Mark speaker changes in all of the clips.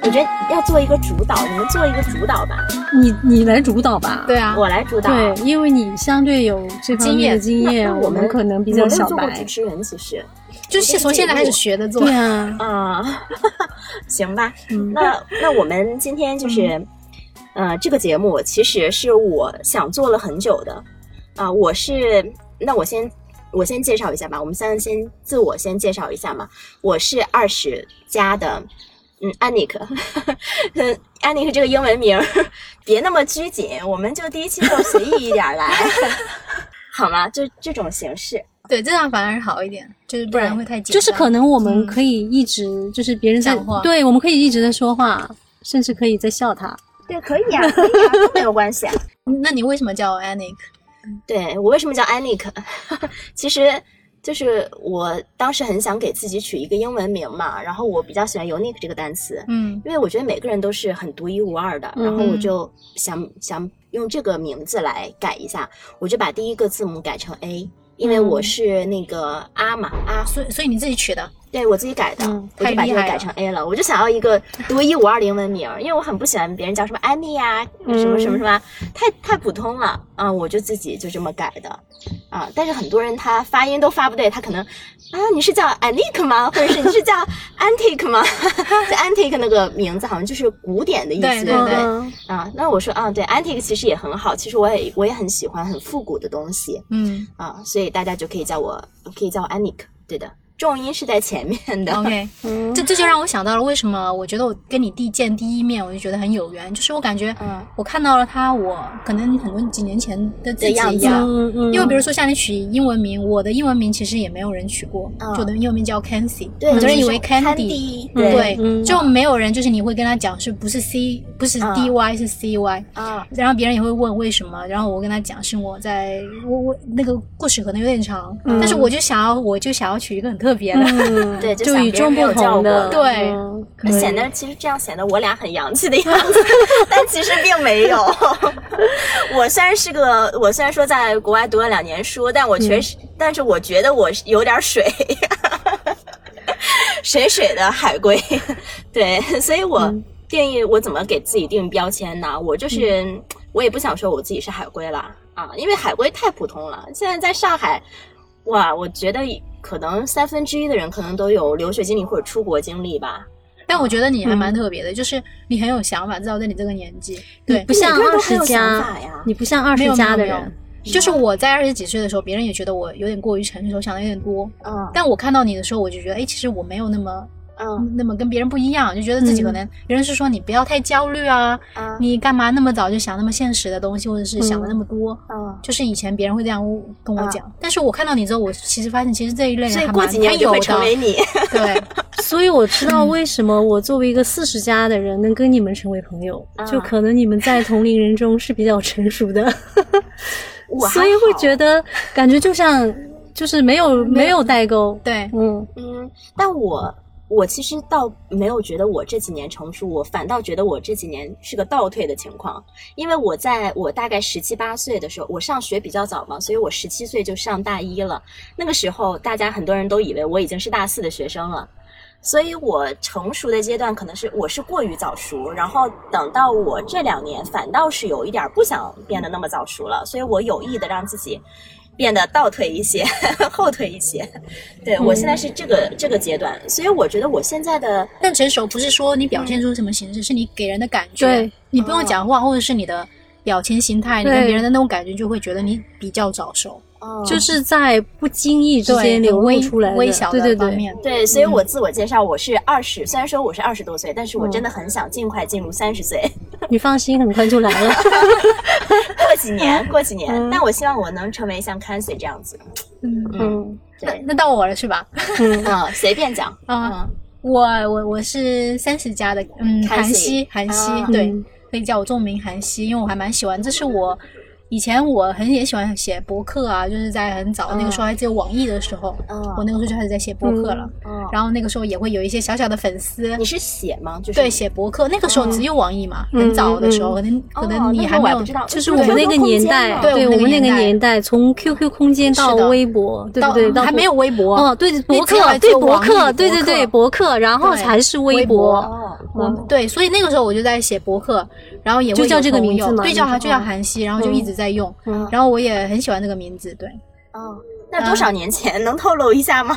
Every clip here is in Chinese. Speaker 1: 我觉得要做一个主导，你们做一个主导吧，
Speaker 2: 你你来主导吧。
Speaker 3: 对啊，
Speaker 1: 我来主导。
Speaker 2: 对，因为你相对有这方面的经
Speaker 1: 那
Speaker 2: 验，
Speaker 1: 那
Speaker 2: 我
Speaker 1: 们
Speaker 2: 可能比
Speaker 1: 我
Speaker 2: 较
Speaker 1: 没有
Speaker 2: 小
Speaker 1: 做过主
Speaker 2: 白。
Speaker 1: 持人，其实
Speaker 3: 就是从现在开始学的做
Speaker 2: 对。啊，
Speaker 1: 啊， 行吧。
Speaker 2: 嗯
Speaker 1: 那那我们今天就是，呃，这个节目其实是我想做了很久的啊、我是，那我先我先介绍一下吧。我们三个先自我先介绍一下嘛。我是二十加的，嗯，Anik，嗯，Anik 这个英文名儿别那么拘谨，我们就第一期就随意一点儿来， 好吗？就这种形式。
Speaker 3: 对，这样反而好一点，就是不然会太紧
Speaker 2: 就
Speaker 3: 张。
Speaker 2: 是可能我们
Speaker 3: 嗯
Speaker 2: 可以一直就是别人在
Speaker 3: 讲话
Speaker 2: 对，我们可以一直在说话，甚至可以在笑他。
Speaker 1: 对，可以啊，可以啊，都没有关系啊。
Speaker 3: 嗯那你为什么叫 Anik？
Speaker 1: 对我为什么叫 Anik？其实就是我当时很想给自己取一个英文名嘛，然后我比较喜欢 unique 这个单词，
Speaker 3: 嗯
Speaker 1: 因为我觉得每个人都是很独一无二的，然后我
Speaker 3: 嗯
Speaker 1: 就想想用这个名字来改一下，我就把第一个字母改成 A，因为我
Speaker 2: 嗯
Speaker 1: 是那个阿嘛阿，
Speaker 3: 所以所以你自己取的，
Speaker 1: 对我自己改的，
Speaker 2: 嗯
Speaker 1: 我就
Speaker 3: 太
Speaker 1: 把
Speaker 3: 厉
Speaker 1: 这个
Speaker 3: 害
Speaker 1: 改
Speaker 3: 了
Speaker 1: 成 A 了，我就想要一个独一无二的英文名儿，因为我很不喜欢别人叫什么安妮呀、什么什么什么，
Speaker 3: 嗯
Speaker 1: 太太普通了啊，我就自己就这么改的啊。但是很多人他发音都发不对，他可能啊你是叫 Anik 吗？或者是你是叫 Antique 吗？就 Antique 那个名字好像就是古典的意思，
Speaker 3: 对对
Speaker 1: 不对
Speaker 2: 嗯
Speaker 1: 啊。那我说啊，对 Antique 其实也很好，其实我也我也很喜欢很复古的东西，
Speaker 3: 嗯
Speaker 1: 啊，所以大家就可以叫我，可以叫我 Anik，对的，重音是在前面 的。
Speaker 3: ，OK。
Speaker 2: 嗯
Speaker 3: 这这就让我想到了为什么我觉得我跟你第见第一面我就觉得很有缘，就是我感觉
Speaker 1: 嗯
Speaker 3: 我看到了他，我可能很多几年前的自己
Speaker 1: 的样子
Speaker 3: 一样。
Speaker 2: 嗯嗯，
Speaker 3: 因为比
Speaker 2: 如
Speaker 3: 如说像你取英文名，我的英文名其实也没有人取过，
Speaker 1: 嗯
Speaker 3: 就我的英文名叫 Cancy，
Speaker 1: 对，
Speaker 3: 有
Speaker 1: 就
Speaker 3: 人
Speaker 1: 是
Speaker 3: 以为 Candy，
Speaker 1: Candy，
Speaker 2: 嗯
Speaker 3: 对，
Speaker 2: 嗯
Speaker 3: 就没有人就是你会跟他讲是不是 C 不是
Speaker 1: 嗯
Speaker 3: D Y 是 C Y，
Speaker 1: 啊，
Speaker 3: 然后别人也会问为什么，然后我跟他讲是我在我我那个故事可能有点长，
Speaker 2: 嗯
Speaker 3: 但是我就想要我就想要取一个很特别的，
Speaker 2: 嗯，
Speaker 1: 对，
Speaker 2: 就
Speaker 1: 想
Speaker 2: 与
Speaker 1: 别人
Speaker 2: 众
Speaker 1: 没有
Speaker 2: 不
Speaker 1: 叫
Speaker 2: 同的，
Speaker 1: 过
Speaker 3: 对
Speaker 2: 嗯
Speaker 1: 那显得其实这样显得我俩很洋气的样子， 但其实并没有。 我虽然是个，我虽然说在国外读了两年书，但我确实，但是我觉得我是有点水， 水水的海归。 对，所以我
Speaker 2: 嗯
Speaker 1: 定义我怎么给自己定标签呢？我就是，我也不想说我自己是海归了啊，因为海归太普通了。现在在上海，哇，我觉得可能三分之一的人可能都有留学经历或者出国经历吧。
Speaker 3: 但我觉得你
Speaker 2: 嗯
Speaker 3: 还蛮特别的，就是你很有想法，至少在你这个年纪，
Speaker 2: 你
Speaker 3: 对，
Speaker 2: 不像
Speaker 1: 每个人
Speaker 2: 二
Speaker 1: 都很
Speaker 2: 十
Speaker 1: 有想
Speaker 2: 加
Speaker 1: 法呀，
Speaker 2: 你不像二十
Speaker 3: 没有
Speaker 2: 加的
Speaker 3: 没有没
Speaker 2: 人，
Speaker 3: 有就是我在二十几岁的时候，别人也觉得我有点过于成熟，想的有点多。
Speaker 1: 嗯
Speaker 3: 但我看到你的时候，我就觉得，哎，其实我没有那么
Speaker 1: 嗯
Speaker 3: 那么跟别人不一样，就觉得自己
Speaker 2: 嗯
Speaker 3: 可能别人是说你不要太焦虑啊，
Speaker 1: 啊
Speaker 3: 你干嘛那么早就想那么现实的东西，或者是想的
Speaker 2: 嗯
Speaker 3: 那么多。
Speaker 1: 嗯，
Speaker 3: 就是以前别人会这样跟我讲，但是我看到你之后，我其实发现，其实这一类人
Speaker 1: 所以
Speaker 3: 还
Speaker 1: 过
Speaker 3: 蛮
Speaker 1: 几年
Speaker 3: 还
Speaker 1: 我就
Speaker 3: 有
Speaker 1: 会
Speaker 3: 的，
Speaker 1: 成为 你。
Speaker 3: 对，
Speaker 2: 所以我知道为什么我作为一个四十加的人能跟你们成为朋友，
Speaker 1: 啊
Speaker 2: 就可能你们在同龄人中是比较成熟的，
Speaker 1: 我还
Speaker 2: 所以会
Speaker 1: 好
Speaker 2: 觉得感觉就像就是没有
Speaker 3: 没有
Speaker 2: 没有代沟，
Speaker 3: 对，
Speaker 2: 嗯
Speaker 1: 嗯，但我我其实倒没有觉得我这几年成熟，我反倒觉得我这几年是个倒退的情况，因为我在我大概十七八岁的时候，我上学比较早嘛，所以我十七岁就上大一了。那个时候，大家很多人都以为我已经是大四的学生了。所以我成熟的阶段可能是我是过于早熟，然后等到我这两年反倒是有一点儿不想变得那么早熟了，所以我有意的让自己变得倒退一些， 后退一些。对我现在是这个这个阶段，所以我觉得我现在的
Speaker 3: 但成熟不是说你表现出什么形式，是你给人的感觉。
Speaker 2: 对，
Speaker 3: 你不用讲话，或者是你的表情、形态，你跟
Speaker 2: 对
Speaker 3: 别人的那种感觉，就会觉得你比较早熟，
Speaker 1: 呃
Speaker 2: 就是在不经意之
Speaker 3: 对，
Speaker 2: 间流露
Speaker 3: 微
Speaker 2: 出来的，
Speaker 3: 微小
Speaker 2: 对
Speaker 3: 的
Speaker 2: 对
Speaker 3: 方
Speaker 2: 对，
Speaker 3: 面。
Speaker 1: 对，所以我自我介绍我是二十，虽然说我是二十多岁，但是我真
Speaker 3: 嗯
Speaker 1: 的很想尽快进入三十 岁。
Speaker 2: 你放心，很快就来了，
Speaker 1: 过几年，过几年，
Speaker 2: 嗯
Speaker 1: 但我希望我能成为像 c a n c y 这样子。
Speaker 3: 嗯，
Speaker 2: 嗯
Speaker 3: 那
Speaker 1: 对，
Speaker 3: 那到我了是吧？
Speaker 2: 嗯
Speaker 1: 嗯，随便讲。
Speaker 3: 啊，
Speaker 1: 嗯
Speaker 3: 我我我是三十加的，嗯，
Speaker 1: 韩
Speaker 3: 韩
Speaker 1: 熙
Speaker 3: 熙，韩熙
Speaker 1: 啊，
Speaker 3: 对
Speaker 2: 嗯，
Speaker 3: 可以叫我重名韩熙，因为我还蛮喜欢，这是我。以前我很也喜欢写博客啊，就是在很早那个
Speaker 2: 嗯
Speaker 3: 时候还只有网易的时候，
Speaker 1: 嗯
Speaker 3: 我那个时候就开始在写博客了。
Speaker 1: 嗯，
Speaker 3: 然后那个时候也会有一些小小的粉丝，
Speaker 2: 嗯
Speaker 1: 你是写吗？就是
Speaker 3: 对，写博客，那个时候只有网易嘛，
Speaker 2: 嗯
Speaker 3: 很早的时候，可能可
Speaker 2: 哦
Speaker 3: 能你还
Speaker 1: 哦那个
Speaker 3: 没
Speaker 1: 我还
Speaker 3: 有
Speaker 1: 不知道
Speaker 2: 就是我们那个年代，
Speaker 3: 对
Speaker 2: 我
Speaker 3: 我
Speaker 2: 们
Speaker 3: 们
Speaker 2: 那
Speaker 3: 那
Speaker 2: 个
Speaker 3: 个年代
Speaker 2: 年代，从 QQ 空间到
Speaker 3: 是的
Speaker 2: 微博，对
Speaker 3: 到嗯
Speaker 2: 不对？到
Speaker 3: 还没有微博，
Speaker 2: 哦，对博
Speaker 3: 那
Speaker 2: 客，
Speaker 3: 次
Speaker 2: 对
Speaker 3: 做
Speaker 2: 博
Speaker 3: 网易
Speaker 2: 客，
Speaker 3: 博
Speaker 2: 对对
Speaker 3: 客
Speaker 2: 对博客，然后
Speaker 3: 对
Speaker 2: 才是微
Speaker 3: 微
Speaker 2: 博
Speaker 3: 博。
Speaker 1: 哦，
Speaker 3: 我
Speaker 2: 嗯
Speaker 3: 对，所以那个时候我就在写博客，然后也会
Speaker 2: 就叫
Speaker 3: 有
Speaker 2: 这个
Speaker 3: 朋
Speaker 2: 名
Speaker 3: 友
Speaker 2: 字吗
Speaker 3: 对，
Speaker 2: 那
Speaker 3: 叫
Speaker 2: 时
Speaker 3: 它就叫
Speaker 2: 候
Speaker 3: 韩熙，然后就一
Speaker 2: 嗯
Speaker 3: 直在用，
Speaker 2: 嗯，
Speaker 3: 然后我也很喜欢这个名字，对，
Speaker 1: 哦，那多
Speaker 3: 嗯
Speaker 1: 少年前、能透露一下 吗？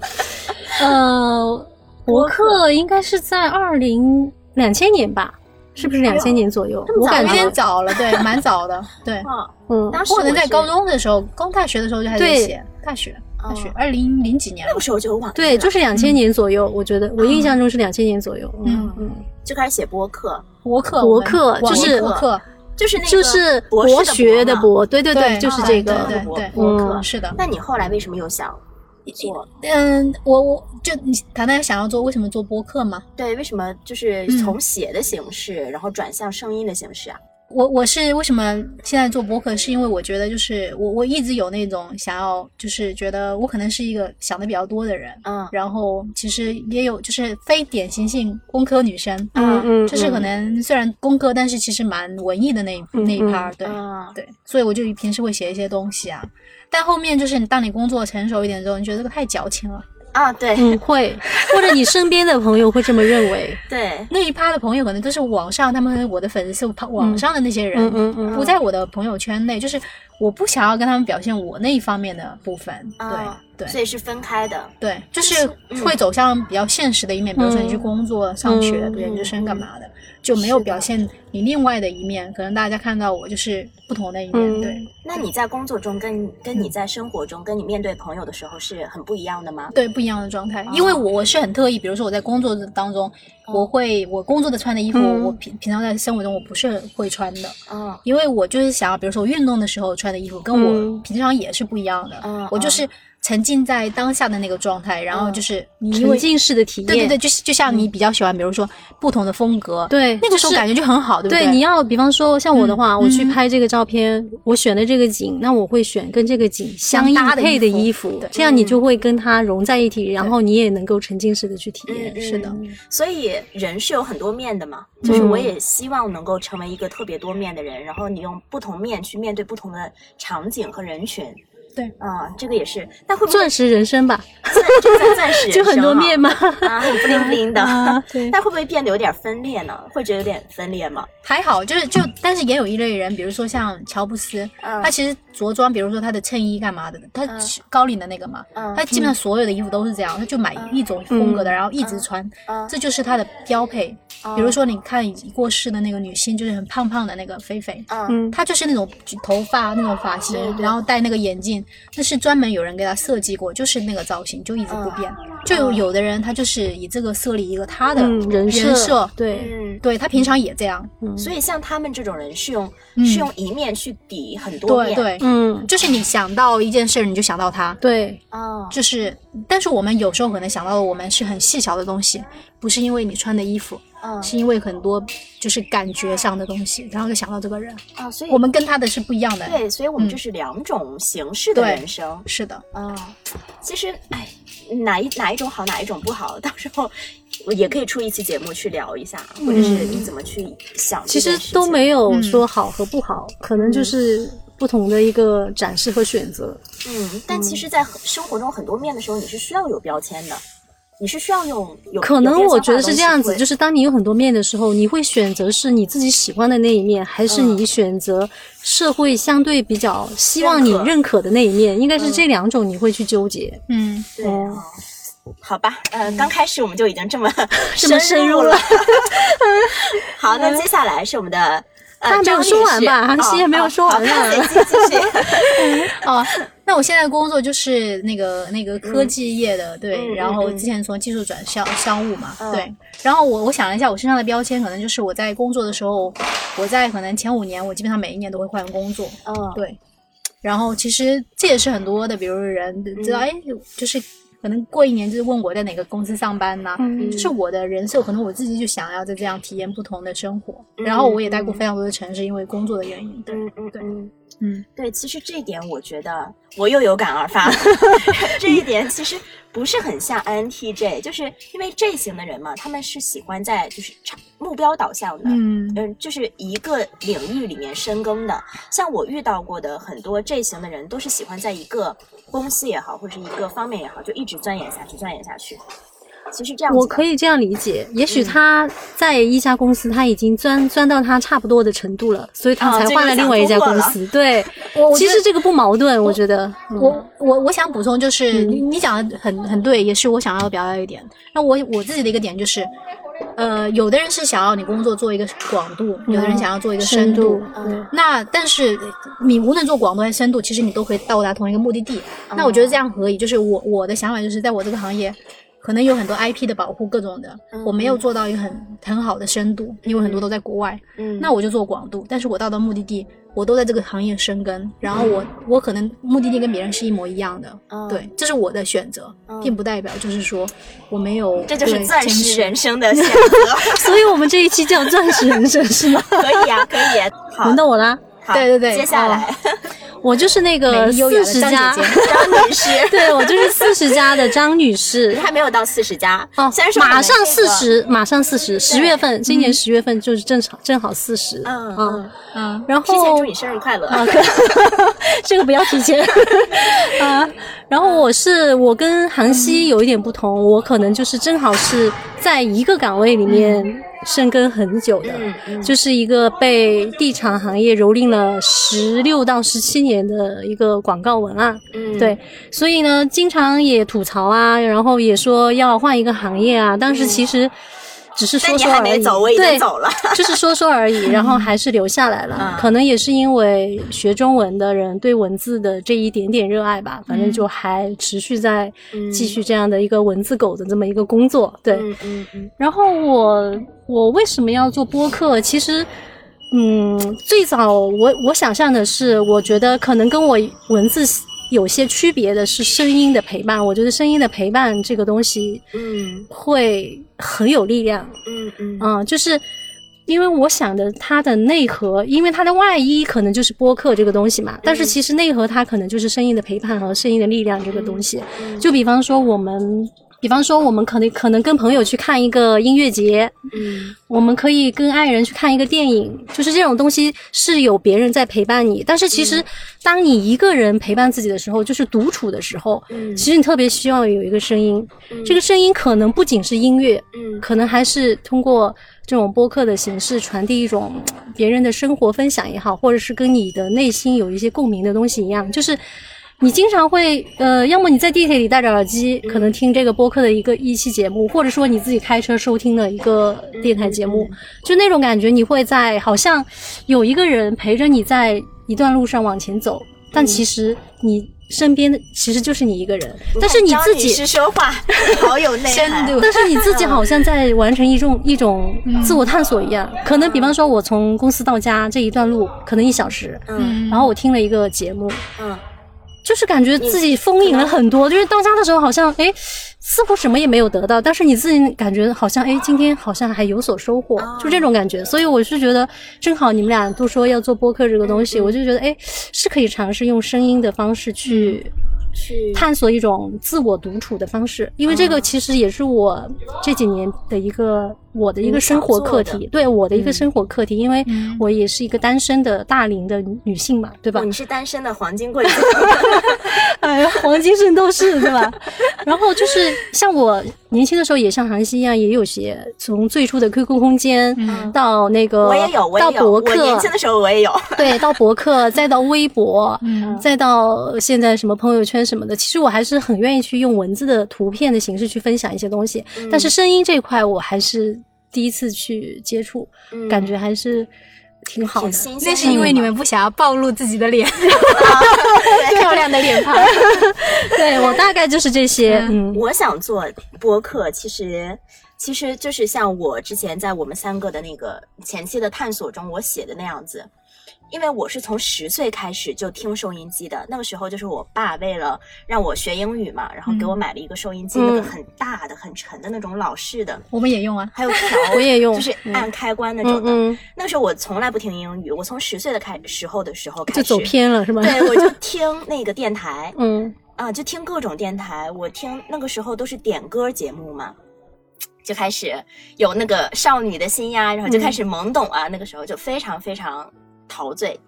Speaker 2: 呃，博客应该是在二零两千年吧，是不是两千年左右
Speaker 1: 这？么
Speaker 2: 我
Speaker 1: 早
Speaker 2: 感
Speaker 3: 有
Speaker 1: 吗
Speaker 2: 觉
Speaker 3: 点早了，对，蛮 早的，对，
Speaker 1: 哦，
Speaker 2: 嗯，
Speaker 1: 当时
Speaker 3: 我可能在
Speaker 1: 是
Speaker 3: 高，中的时候，刚大学的时候就开始
Speaker 2: 对嗯
Speaker 3: 写，大学大
Speaker 1: 哦
Speaker 3: 学二零零几年
Speaker 1: 那
Speaker 3: 了
Speaker 1: 个，时候就有网，
Speaker 2: 对，就是两千年左右，我觉得我印象中是两千年左右。
Speaker 3: 嗯
Speaker 2: 嗯嗯，
Speaker 1: 就开始写播客，
Speaker 3: 博客
Speaker 2: 博
Speaker 3: 文
Speaker 2: 客就
Speaker 3: 网
Speaker 2: 是
Speaker 3: 博客，
Speaker 1: 就是那个
Speaker 2: 就是
Speaker 1: 博士
Speaker 2: 学的
Speaker 1: 嘛。
Speaker 2: 博，对对对，就是
Speaker 1: 啊
Speaker 2: 这
Speaker 1: 对
Speaker 2: 个。
Speaker 3: 对对对，
Speaker 1: 博客
Speaker 3: 嗯是的，
Speaker 1: 那你后来为什么又想做？
Speaker 3: 嗯，我我就你谈谈想要做为什么做播客吗？
Speaker 1: 对，为什么就是
Speaker 3: 嗯
Speaker 1: 从写的形式，然后转向声音的形式啊？
Speaker 3: 我我是为什么现在做播客，是因为我觉得就是我我一直有那种想要，就是觉得我可能是一个想的比较多的人，
Speaker 1: 嗯
Speaker 3: 然后其实也有就是非典型性工科女生，
Speaker 2: 嗯嗯，
Speaker 3: 就是可
Speaker 2: 嗯
Speaker 3: 能虽然工科，但是其实蛮文艺的那一
Speaker 2: 嗯
Speaker 3: 那一
Speaker 2: 嗯
Speaker 3: part，对
Speaker 1: 嗯
Speaker 3: 对，所以我就平时会写一些东西啊，但后面就是你当你工作成熟一点之后，你觉得这个太矫情了。
Speaker 1: 啊，对
Speaker 2: 嗯会，或者你身边的朋友会这么认为。
Speaker 1: 对，
Speaker 3: 那一趴的朋友可能都是网上，他们我的粉丝，网上的那些人，
Speaker 2: 嗯嗯嗯
Speaker 3: 不在我的朋友圈内，就是我不想要跟他们表现我那一方面的部分。
Speaker 1: 啊
Speaker 3: 对
Speaker 1: 所
Speaker 3: 对
Speaker 1: 以是分开的。
Speaker 3: 对，就是会走向比较现实的一面，比如说你去工作、上学、读研究生干嘛的，就没有表现你另外的一面，可能大家看到我就是不同的一面。
Speaker 2: 嗯
Speaker 3: 对嗯
Speaker 1: 那你在工作中跟跟你在生活中跟你面对朋友的时候是很不一样的吗？
Speaker 3: 对，不一样的状态，因
Speaker 2: 哦
Speaker 3: 为我我是很特意，比如说我在工作当中，我会我工作的穿的衣服，
Speaker 2: 哦嗯
Speaker 3: 我平平常在生活中我不是会穿的。
Speaker 1: 嗯
Speaker 3: 因为我就是想要，比如说我运动的时候穿的衣服，跟我
Speaker 2: 嗯哦
Speaker 3: 平常也是不一样的。
Speaker 1: 嗯
Speaker 3: 我就是沉浸在当下的那个状态，然后
Speaker 2: 哦
Speaker 3: 就是你因为
Speaker 2: 沉浸式的体验。
Speaker 3: 对对对，就是就像你比较喜欢，比如说不同的风格，
Speaker 2: 嗯对
Speaker 3: 那个时候
Speaker 2: 就是
Speaker 3: 感觉就很好，对不
Speaker 2: 对，
Speaker 3: 对
Speaker 2: 你要比方说像我的话，
Speaker 3: 嗯
Speaker 2: 我去
Speaker 3: 嗯
Speaker 2: 拍这个照片，我选的这个景，那我会选跟这个景
Speaker 3: 相
Speaker 2: 应
Speaker 3: 搭的
Speaker 2: 配的
Speaker 3: 衣
Speaker 2: 衣
Speaker 3: 服
Speaker 2: 服
Speaker 3: 对，
Speaker 2: 这样你就会跟它融在一起，然后你也能够沉浸式的去体验。
Speaker 1: 嗯
Speaker 3: 是的，
Speaker 1: 所以人是有很多面的嘛，
Speaker 3: 嗯
Speaker 1: 就是我也希望能够成为一个特别多面的人，然后你用不同面去面对不同的场景和人群。
Speaker 3: 对
Speaker 1: 啊、这个也是。那会不会
Speaker 2: 钻石人生吧，
Speaker 1: 钻这算钻 石人
Speaker 2: 就很多
Speaker 1: 生啊
Speaker 2: 面嘛。
Speaker 1: 啊，很不灵不灵的。
Speaker 2: 啊对
Speaker 1: 那会不会变得有点分裂呢？会觉得有点分裂吗？
Speaker 3: 还好，就是就，但是也有一类人，比如说像乔布斯，
Speaker 1: 嗯
Speaker 3: 他其实着装，比如说他的衬衣干嘛的，他
Speaker 1: 嗯
Speaker 3: 高领的那个嘛，
Speaker 1: 嗯
Speaker 3: 他基本上所有的衣服都是这样，他就买一种风格的，然后一直穿，
Speaker 1: 嗯
Speaker 3: 这就是他的标配。比如说你看已过世的那个女星，就是很胖胖的那个菲菲，
Speaker 1: 嗯
Speaker 2: 嗯，
Speaker 3: 她就是那种头发那种发型
Speaker 1: 对，对
Speaker 3: 然后戴那个眼镜，那是专门有人给她设计过，就是那个造型就一直不
Speaker 1: 嗯
Speaker 3: 变。就有有的人他就是以这个设立一个他的
Speaker 2: 嗯，人
Speaker 3: 设，
Speaker 2: 设对，
Speaker 1: 嗯，
Speaker 3: 对他平常也这样。
Speaker 2: 嗯
Speaker 1: 所以像他们这种人是用、
Speaker 3: 嗯
Speaker 1: 是用一面去抵很多
Speaker 3: 对
Speaker 1: 面。
Speaker 3: 对，
Speaker 2: 嗯
Speaker 3: 就是你想到一件事儿，你就想到他。
Speaker 2: 对，
Speaker 1: 哦，
Speaker 3: 就是，但是我们有时候可能想到的，我们是很细小的东西，不是因为你穿的衣服，
Speaker 1: 嗯
Speaker 3: 是因为很多就是感觉上的东西，然后就想到这个人，
Speaker 1: 啊，所以
Speaker 3: 我们跟他的是不一样的。
Speaker 1: 对，所以我们
Speaker 3: 嗯
Speaker 1: 这是两种形式的
Speaker 3: 对
Speaker 1: 人生。
Speaker 3: 是的，
Speaker 1: 啊、其实哎，哪一哪一种好，哪一种不好， 到时候我也可以出一期节目去聊一下，或者是你怎么去想这
Speaker 2: 其
Speaker 1: 件
Speaker 2: 实
Speaker 1: 事情。
Speaker 2: 都没有说好和不好，可能就是不同的一个展示和选择。
Speaker 1: 嗯，但其实，在很生活中很多面的时候，你是需要有标签的，你是需要用有。
Speaker 2: 可能我觉得是这样子，就是是当你有很多面的时候，你会选择是你自己喜欢的那一面，还是
Speaker 1: 嗯
Speaker 2: 你选择社会相对比较希望你
Speaker 1: 认可
Speaker 2: 认可的那一面？应该是这两种你会去纠结。
Speaker 3: 嗯，
Speaker 1: 对、哦好吧，呃，刚开始我们就已经这么
Speaker 2: 这么深入
Speaker 1: 了
Speaker 2: 了。嗯
Speaker 1: 好，那接下来是我们的。呃
Speaker 2: 他没有
Speaker 1: 张女
Speaker 2: 说完
Speaker 1: 士
Speaker 2: 吧韩熙
Speaker 1: 哦
Speaker 2: 还没有
Speaker 1: 哦
Speaker 2: 说
Speaker 1: 好
Speaker 2: 完
Speaker 1: 那
Speaker 2: 呢
Speaker 1: 我们继续继 续
Speaker 3: 哦，那我现在工作就是那个那个科技业的，对，
Speaker 1: 嗯
Speaker 3: 然后
Speaker 1: 嗯嗯
Speaker 3: 之前从技术转商商务嘛，
Speaker 1: 嗯
Speaker 3: 对，然后我我想了一下，我身上的标签可能就是我在工作的时候，我在可能前五年，我基本上每一年都会换工作，
Speaker 1: 嗯，
Speaker 3: 对，然后其实这也是很多的，比如人
Speaker 1: 嗯
Speaker 3: 知道，哎、就是可能过一年就是问我在哪个公司上班呐、
Speaker 2: 嗯
Speaker 3: 就是我的人设，可能我自己就想要在这样体验不同的生活。然后我也待过非常多的城市，因为工作的原因。对，
Speaker 1: 嗯嗯嗯。
Speaker 3: 嗯，
Speaker 1: 对，其实这一点我觉得我又有感而 发了。这一点其实不是很像 INTJ，就是因为 J 型的人嘛，他们是喜欢在就是长目标导向的。
Speaker 3: 嗯
Speaker 1: 嗯，就是一个领域里面深耕的。像我遇到过的很多 J 型的人，都是喜欢在一个公司也好，或者是一个方面也好，就一直钻研下去，钻研下去。其实这样
Speaker 2: 我可
Speaker 1: 以
Speaker 2: 以这样理解，也
Speaker 3: 嗯
Speaker 2: 许他在一家公司，他已经钻钻到他差不多的程度了，所以他
Speaker 1: 啊
Speaker 3: 哦
Speaker 2: 才
Speaker 1: 这
Speaker 2: 换
Speaker 1: 就想
Speaker 2: 了另外一
Speaker 1: 通
Speaker 2: 家
Speaker 1: 过
Speaker 2: 公
Speaker 1: 了
Speaker 2: 司。对，
Speaker 3: 我我
Speaker 2: 其
Speaker 3: 觉得
Speaker 2: 实这个不矛盾，我觉得。嗯
Speaker 3: 我我我想补充就是，你你讲的很很对，也是我想要表达的一点。那我我自己的一个点就是，呃，有的人是想要你工作做一个广度，有的人想要做一个嗯深度。
Speaker 1: 嗯
Speaker 3: 那但是你无论做广度还是深度，其实你都可以到达同一个目的地。那我觉得这样可以，就是我我的想法就是，在我这个行业，可能有很多 IP 的保护，各种的，
Speaker 1: 嗯
Speaker 3: 我没有做到一个很很好的深度，因为很多都在国外。
Speaker 1: 嗯
Speaker 3: 那我就做广度，但是我到达目的地，我都在这个行业深耕，然后我我可能目的地跟别人是一模一样的，
Speaker 1: 嗯
Speaker 3: 对，这是我的选择，并不代表就是说我没有
Speaker 1: 这就是
Speaker 3: 对
Speaker 1: 钻
Speaker 3: 坚
Speaker 1: 石
Speaker 3: 持
Speaker 1: 人生的选 择，
Speaker 2: 所以我们这一期叫钻石人生是吗？
Speaker 1: 可以啊，可以啊。好
Speaker 3: 嗯
Speaker 2: 轮，到我啦，
Speaker 1: 好
Speaker 3: 对对对
Speaker 1: 接下来
Speaker 2: 我就是那
Speaker 3: 美
Speaker 2: 个
Speaker 3: 丽优雅
Speaker 2: 四
Speaker 3: 的
Speaker 2: 十
Speaker 3: 张
Speaker 2: 加
Speaker 3: 姐，姐
Speaker 1: 张女士，
Speaker 2: 对我就是四十加的张女士
Speaker 1: 可是。 还没有到四十加
Speaker 2: 哦
Speaker 1: 虽然，说我们
Speaker 2: 马上
Speaker 1: 这个
Speaker 2: 四，十，马上四十，十月份，今年十月份就是正常，正好四十。
Speaker 1: 嗯
Speaker 2: 嗯，
Speaker 3: 嗯，
Speaker 2: 然
Speaker 1: 提前
Speaker 2: 后
Speaker 1: 祝你生日快乐。
Speaker 2: 啊， 可这个不要提前 啊。然后我是我跟韩熙有一点不同，我可能就是正好是在一个岗位里面深耕很久的，
Speaker 1: 嗯嗯
Speaker 2: 就是一个被地产行业蹂躏了十六到十七年的一个广告文案。
Speaker 1: 嗯，
Speaker 2: 对，所以呢，经常也吐槽啊，然后也说要换一个行业啊。当时其实只是
Speaker 1: 但嗯
Speaker 2: 说
Speaker 1: 你
Speaker 2: 说
Speaker 1: 还
Speaker 2: 而
Speaker 1: 没
Speaker 2: 已，
Speaker 1: 走，我已
Speaker 2: 对
Speaker 1: 经， 走了。
Speaker 2: 就是说说而已，然后还是留下来了。
Speaker 1: 嗯
Speaker 2: 可能也是因为学中文的人对文字的这一点点热爱吧，反正
Speaker 1: 嗯
Speaker 2: 就还持续在继续这样的一个文字狗的这么一个工作。对，
Speaker 1: 嗯嗯嗯
Speaker 2: 然后我我为什么要做播客？其实，嗯，最早我我想象的是，我觉得可能跟我文字有些区别的是声音的陪伴。我觉得声音的陪伴这个东西
Speaker 1: 嗯
Speaker 2: 会很有力量，
Speaker 1: 嗯嗯嗯
Speaker 2: 嗯，就是因为我想的它的内核，因为它的外衣可能就是播客这个东西嘛，
Speaker 1: 嗯
Speaker 2: 但是其实内核它可能就是声音的陪伴和声音的力量这个东西。
Speaker 1: 嗯
Speaker 2: 就比方说我们，比方说我们可能可能跟朋友去看一个音乐节，
Speaker 1: 嗯
Speaker 2: 我们可以跟爱人去看一个电影，就是这种东西是有别人在陪伴你。但是其
Speaker 1: 嗯
Speaker 2: 实，当你一个人陪伴自己的时候，就是独处的时候，
Speaker 1: 嗯
Speaker 2: 其实你特别需要有一个声音。
Speaker 1: 嗯
Speaker 2: 这个声音可能不仅是音乐，
Speaker 1: 嗯
Speaker 2: 可能还是通过这种播客的形式传递一种嗯别人的生活分享也好，或者是跟你的内心有一些共鸣的东西一样，就是。你经常会，呃，要么你在地铁里戴着耳机，
Speaker 1: 嗯
Speaker 2: 可能听这个播客的一个一期节目，或者说你自己开车收听的一个
Speaker 1: 嗯
Speaker 2: 电台节目，就那种感觉，你会在好像有一个人陪着你在一段路上往前走，但其实你身边的其实就是你一个人，但是你自己
Speaker 1: 是说话好有内
Speaker 3: 深
Speaker 1: 涵，
Speaker 3: 度
Speaker 2: 但是你自己好像在完成一种一种自我探索一样。可能比方说，我从公司到家这一段路可能一小时，
Speaker 1: 嗯
Speaker 2: 然后我听了一个节目，
Speaker 1: 嗯
Speaker 2: 就是感觉自己丰盈了很多。就是到家的时候，好像哎，似乎什么也没有得到，但是你自己感觉好像哎，今天好像还有所收获
Speaker 1: 啊，
Speaker 2: 就这种感觉。所以我是觉得，正好你们俩都说要做播客这个东西，我就觉得哎，是可以尝试用声音的方式去
Speaker 1: 去
Speaker 2: 探索一种自我独处的方式，因为这个其实也是我这几年的一个我的一个生活课
Speaker 1: 嗯想
Speaker 2: 题，对我的一嗯个生活课题，因为我也是一个单身的大龄的女性嘛，对吧
Speaker 1: 哦，？你是单身的黄金贵族，
Speaker 2: 哎呀，黄金圣斗士对吧？ 然后就是像我年轻的时候，也像韩熙一样，也有些从最初的 QQ 空间
Speaker 3: 嗯
Speaker 2: 到那个
Speaker 1: 我也有，我
Speaker 2: 哦到
Speaker 1: 也有，
Speaker 2: 博
Speaker 1: 我年
Speaker 2: 客
Speaker 1: 轻，的时候我也有，
Speaker 2: 对，到博客，再到微博，
Speaker 3: 嗯
Speaker 2: 再到现在什么朋友圈什么的，其实我还是很愿意去用文字的图片的形式去分享一些东西，
Speaker 1: 嗯
Speaker 2: 但是声音这一块我还是第一次去接触，
Speaker 1: 嗯
Speaker 2: 感觉还是挺好的
Speaker 1: 挺。新鲜
Speaker 3: 那
Speaker 1: 的
Speaker 3: 是因为 你们不想要暴露自己的脸， 漂亮的脸庞，
Speaker 2: 对我大概就是这些，嗯
Speaker 1: 我想做播客，其实其实就是像我之前在我们三个的那个前期的探索中我写的那样子，因为我是从十岁开始就听收音机的，那个时候就是我爸为了让我学英语嘛，然后给我买了一个收音机，那个
Speaker 2: 嗯
Speaker 1: 很大的、很沉的那种老式的，
Speaker 3: 我们也用啊，
Speaker 1: 还有条，
Speaker 2: 我也用
Speaker 1: 就是
Speaker 2: 嗯
Speaker 1: 按开关那种
Speaker 2: 嗯
Speaker 1: 的。
Speaker 2: 嗯，
Speaker 1: 那个时候我从来不听英语，我从十岁的开时候的时候开
Speaker 2: 就
Speaker 1: 始
Speaker 2: 走，偏了是吗？
Speaker 1: 对我就听那个电台，
Speaker 2: 嗯
Speaker 1: 啊，就听各种电台，我听那个时候都是点歌节目嘛，就开始有那个少女的心呀，然后就开始懵懂啊，那个时候就非常非常陶醉，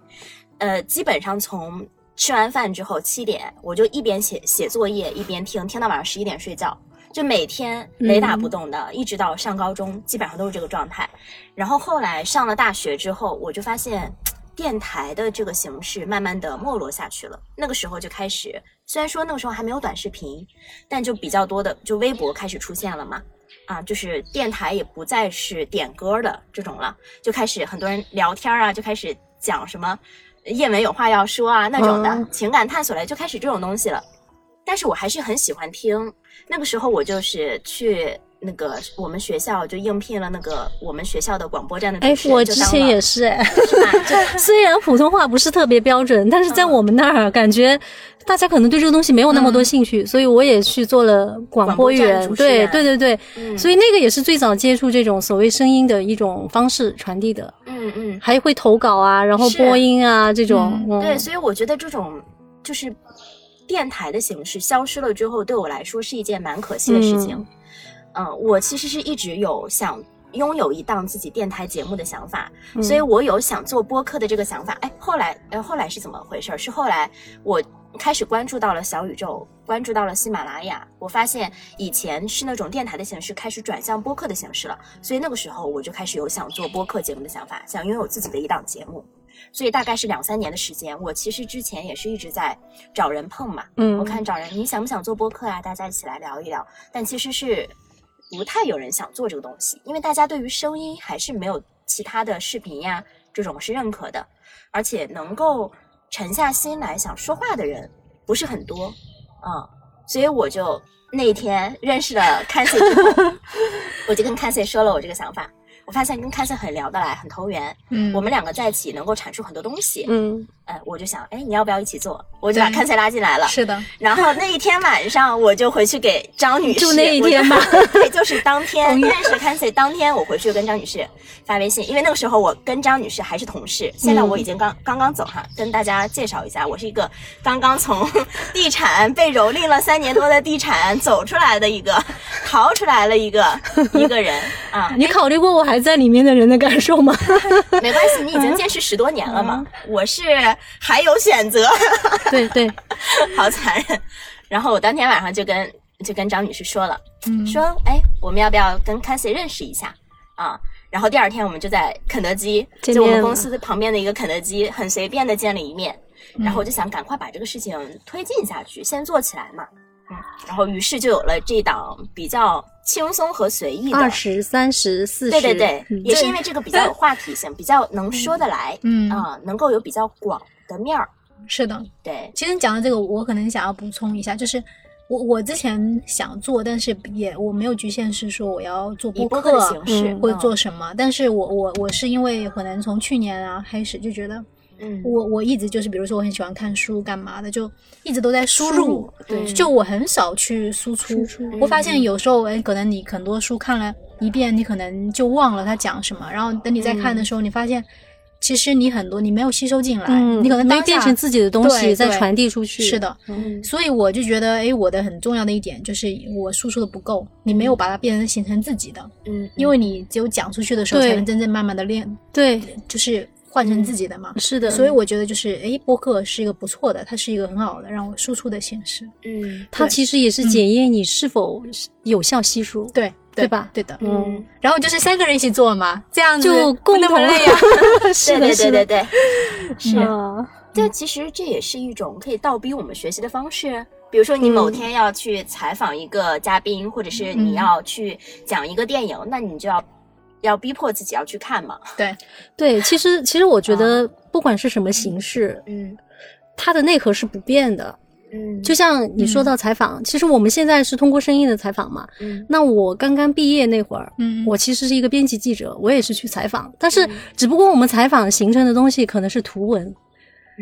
Speaker 1: 呃，基本上从吃完饭之后七点，我就一边写写作业一边听，听到晚上十一点睡觉，就每天雷打不动的，一直到上高中，基本上都是这个状态。然后后来上了大学之后，我就发现电台的这个形式慢慢的没落下去了。那个时候就开始，虽然说那个时候还没有短视频，但就比较多的就微博开始出现了嘛。啊，就是电台也不再是点歌的这种了，就开始很多人聊天啊，就开始讲什么叶文有话要说啊那种的、
Speaker 2: 嗯
Speaker 1: 情感探索类，就开始这种东西了。但是我还是很喜欢听。那个时候我就是去那个我们学校就应聘了那个我们学校的广播站的
Speaker 2: 哎
Speaker 1: 主持，人，
Speaker 2: 我
Speaker 1: 就
Speaker 2: 之
Speaker 1: 当
Speaker 2: 前
Speaker 1: 了
Speaker 2: 也 是哎。
Speaker 1: 是吧？ 就
Speaker 2: 虽然普通话不是特别标准，但是
Speaker 1: 嗯
Speaker 2: 在我们那儿感觉大家可能对这个东西没有那么多兴趣，所以我也去做了广播
Speaker 1: 广
Speaker 2: 员。
Speaker 1: 播站主持
Speaker 2: 对
Speaker 1: 人
Speaker 2: 对对对，
Speaker 1: 嗯
Speaker 2: 所以那个也是最早接触这种所谓声音的一种方式传递的，
Speaker 1: 嗯嗯，
Speaker 2: 还会投稿啊，然后
Speaker 1: 是
Speaker 2: 播音啊这种。嗯
Speaker 1: 对，所以我觉得这种就是电台的形式消失了之后，对我来说是一件蛮可惜的事情。嗯、我其实是一直有想拥有一档自己电台节目的想法，
Speaker 2: 嗯
Speaker 1: 所以我有想做播客的这个想法。哎，后来呃，后来是怎么回事儿？是后来我开始关注到了小宇宙，关注到了喜马拉雅，我发现以前是那种电台的形式，开始转向播客的形式了。所以那个时候我就开始有想做播客节目的想法，想拥有自己的一档节目。所以大概是两三年的时间，我其实之前也是一直在找人碰嘛，
Speaker 2: 嗯，
Speaker 1: 我看找人，你想不想做播客啊？大家一起来聊一聊。但其实是不太有人想做这个东西，因为大家对于声音还是没有其他的视频呀这种是认可的，而且能够沉下心来想说话的人不是很多，嗯，所以我就那一天认识了 c a s s i 之后，我就跟 c a s s i 说了我这个想法。我发现跟 c a s s i 很聊得来，很投缘，
Speaker 3: 嗯，
Speaker 1: 我们两个在一起能够产出很多东西。
Speaker 2: 嗯，
Speaker 1: 哎，我就想，哎，你要不要一起做？我就把
Speaker 3: 对
Speaker 1: c a s s i 拉进来了。
Speaker 3: 是的，
Speaker 1: 然后那一天晚上，我就回去给张女士，
Speaker 2: 就那一天吧哦
Speaker 1: 我就， 对，就是当 天认识 c a n c y 当天，我回去跟张女士发微信，因为那个时候我跟张女士还是同事，现在
Speaker 2: 嗯
Speaker 1: 我已经刚、刚刚走哈，跟大家介绍一下，我是一个刚刚从 地产被蹂躏了三年多的地产走出来的一个，逃出来了一 个一个人啊，
Speaker 2: 你考虑过我还在里面的人的感受 吗？
Speaker 1: 没关系，你已
Speaker 2: 嗯
Speaker 1: 经坚持十多年了嘛，我是还有选择。
Speaker 2: 对 对，
Speaker 1: 好残忍。然后我当天晚上就跟就跟张女士说了，
Speaker 3: 嗯
Speaker 1: 说哎，我们要不要跟 Cassie 认识一下啊？然后第二天我们就在肯德基，
Speaker 2: 见面
Speaker 1: 就我们
Speaker 2: 了
Speaker 1: 公司旁边的一个肯德基，很随便的见了一面。
Speaker 2: 嗯
Speaker 1: 然后我就想赶快把这个事情推进下去，先做起来嘛。嗯，然后于是就有了这档比较轻松和随意的
Speaker 2: 二十三十四十，
Speaker 1: 对对对，
Speaker 2: 嗯
Speaker 1: 也是因为这个比较有话题性，比较能说得来，
Speaker 3: 嗯
Speaker 1: 啊，能够有比较广的面儿。
Speaker 3: 是的。
Speaker 1: 对，
Speaker 3: 其实你讲的这个，我可能想要补充一下，就是我我之前想做，但是也我没有局限是说我要做
Speaker 1: 以
Speaker 3: 播
Speaker 1: 播客的形式
Speaker 2: 嗯
Speaker 3: 或者做什么，但是我我我是因为可能从去年啊开始就觉得。
Speaker 1: 嗯
Speaker 3: 我我一直就是，比如说我很喜欢看书，干嘛的，就一直都在输
Speaker 2: 输
Speaker 3: 入
Speaker 2: 入，
Speaker 1: 对
Speaker 3: 就我很少去输出。
Speaker 2: 输出嗯
Speaker 3: 我发现有时候，哎，可能你很多书看了一遍，你可能就忘了它讲什么，然后等你再看的时候，你发现其实你很多你没有吸收进来，
Speaker 2: 嗯，
Speaker 3: 你可能当
Speaker 2: 没
Speaker 3: 下
Speaker 2: 变成自己的东西
Speaker 3: 对
Speaker 2: 再
Speaker 3: 对
Speaker 2: 传递出去。
Speaker 3: 是，的，
Speaker 1: 嗯
Speaker 3: 所以我就觉得，哎，我的很重要的一点就是我输出的不够，你没
Speaker 2: 嗯
Speaker 3: 有把它变成形成自己的，
Speaker 1: 嗯，
Speaker 3: 因为你只有讲出去的时候，
Speaker 2: 对
Speaker 3: 才能真正慢慢的练，
Speaker 2: 对，
Speaker 3: 就是换成自己的嘛。
Speaker 2: 是的。
Speaker 3: 所以我觉得就是，哎，播客是一个不错的，它是一个很好的让我输出的形式。
Speaker 1: 嗯
Speaker 2: 它
Speaker 3: 对
Speaker 2: 其实也是
Speaker 3: 嗯
Speaker 2: 检验你是否有效吸收。
Speaker 3: 对
Speaker 2: 对吧
Speaker 3: 对的。
Speaker 2: 嗯，
Speaker 3: 然后就是三个人一起做嘛，这样子
Speaker 2: 就共
Speaker 3: 不那
Speaker 2: 同
Speaker 3: 么累啊。
Speaker 2: 呀，是
Speaker 1: 对
Speaker 2: 的，
Speaker 1: 对
Speaker 2: 是
Speaker 1: 对 对，
Speaker 2: 的
Speaker 1: 对，
Speaker 3: 是
Speaker 2: 嗯
Speaker 1: 这其实这也是一种可以倒逼我们学习的方式。比如说，你
Speaker 2: 嗯
Speaker 1: 某天要去采访一个嘉宾，或者是你要去讲一个电影，那你就要要逼迫自己要去看嘛。
Speaker 3: 对，
Speaker 2: 对，其实其实我觉得
Speaker 3: 啊
Speaker 2: 不管是什么形式，
Speaker 1: 嗯
Speaker 2: 它的内核是不变的。
Speaker 1: 嗯
Speaker 2: 就像你说到采访，其实我们现在是通过声音的采访嘛。
Speaker 1: 嗯
Speaker 2: 那我刚刚毕业那会儿，
Speaker 3: 嗯，
Speaker 2: 我其实是一个编辑记者，我也是去采访，但是只不过我们采访形成的东西可能是图文。
Speaker 1: 嗯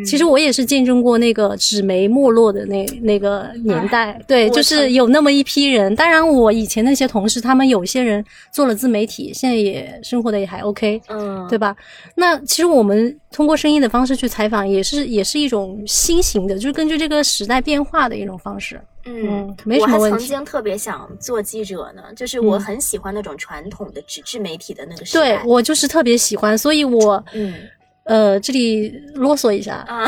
Speaker 2: 其实我也是见证过那个纸媒没落的那那个年代，对，
Speaker 1: 我
Speaker 2: 就是
Speaker 1: 曾
Speaker 2: 有那么一批人。当然，我以前那些同事，他们有些人做了自媒体，现在也生活的也还 OK，
Speaker 1: 嗯
Speaker 2: 对吧？那其实我们通过声音的方式去采访，也是也是一种新型的，就是根据这个时代变化的一种方式。
Speaker 1: 嗯
Speaker 2: 嗯，没
Speaker 1: 我
Speaker 2: 什么
Speaker 1: 还
Speaker 2: 问
Speaker 1: 曾
Speaker 2: 题
Speaker 1: 经特别想做记者呢，就是我
Speaker 2: 嗯
Speaker 1: 很喜欢那种传统的纸质媒体的那个时
Speaker 2: 对
Speaker 1: 代。
Speaker 2: 我就是特别喜欢，所以我
Speaker 1: 嗯
Speaker 2: 呃，这里啰嗦一下，
Speaker 1: 啊，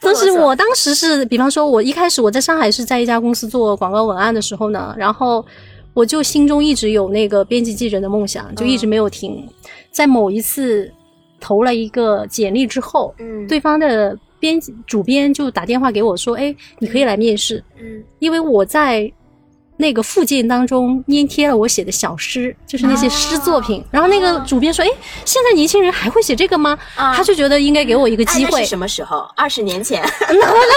Speaker 2: 但是
Speaker 1: 不
Speaker 2: 我当时是，比方说，我一开始我在上海是在一家公司做广告文案的时候呢，然后我就心中一直有那个编辑记者的梦想，就一直没有停。在某一次投了一个简历之后，
Speaker 1: 嗯，
Speaker 2: 对方的编辑主编就打电话给我说：“哎，你可以来面试，
Speaker 1: 嗯，
Speaker 2: 因为我在。”那个附件当中粘贴了我写的小诗，就是那些诗作品。然后那个主编说：“哎，现在年轻人还会写这个吗？”
Speaker 1: 啊
Speaker 2: 他就觉得应该给我一个
Speaker 1: 哎
Speaker 2: 机
Speaker 1: 那
Speaker 2: 会
Speaker 1: 是。什么时候？二十年前，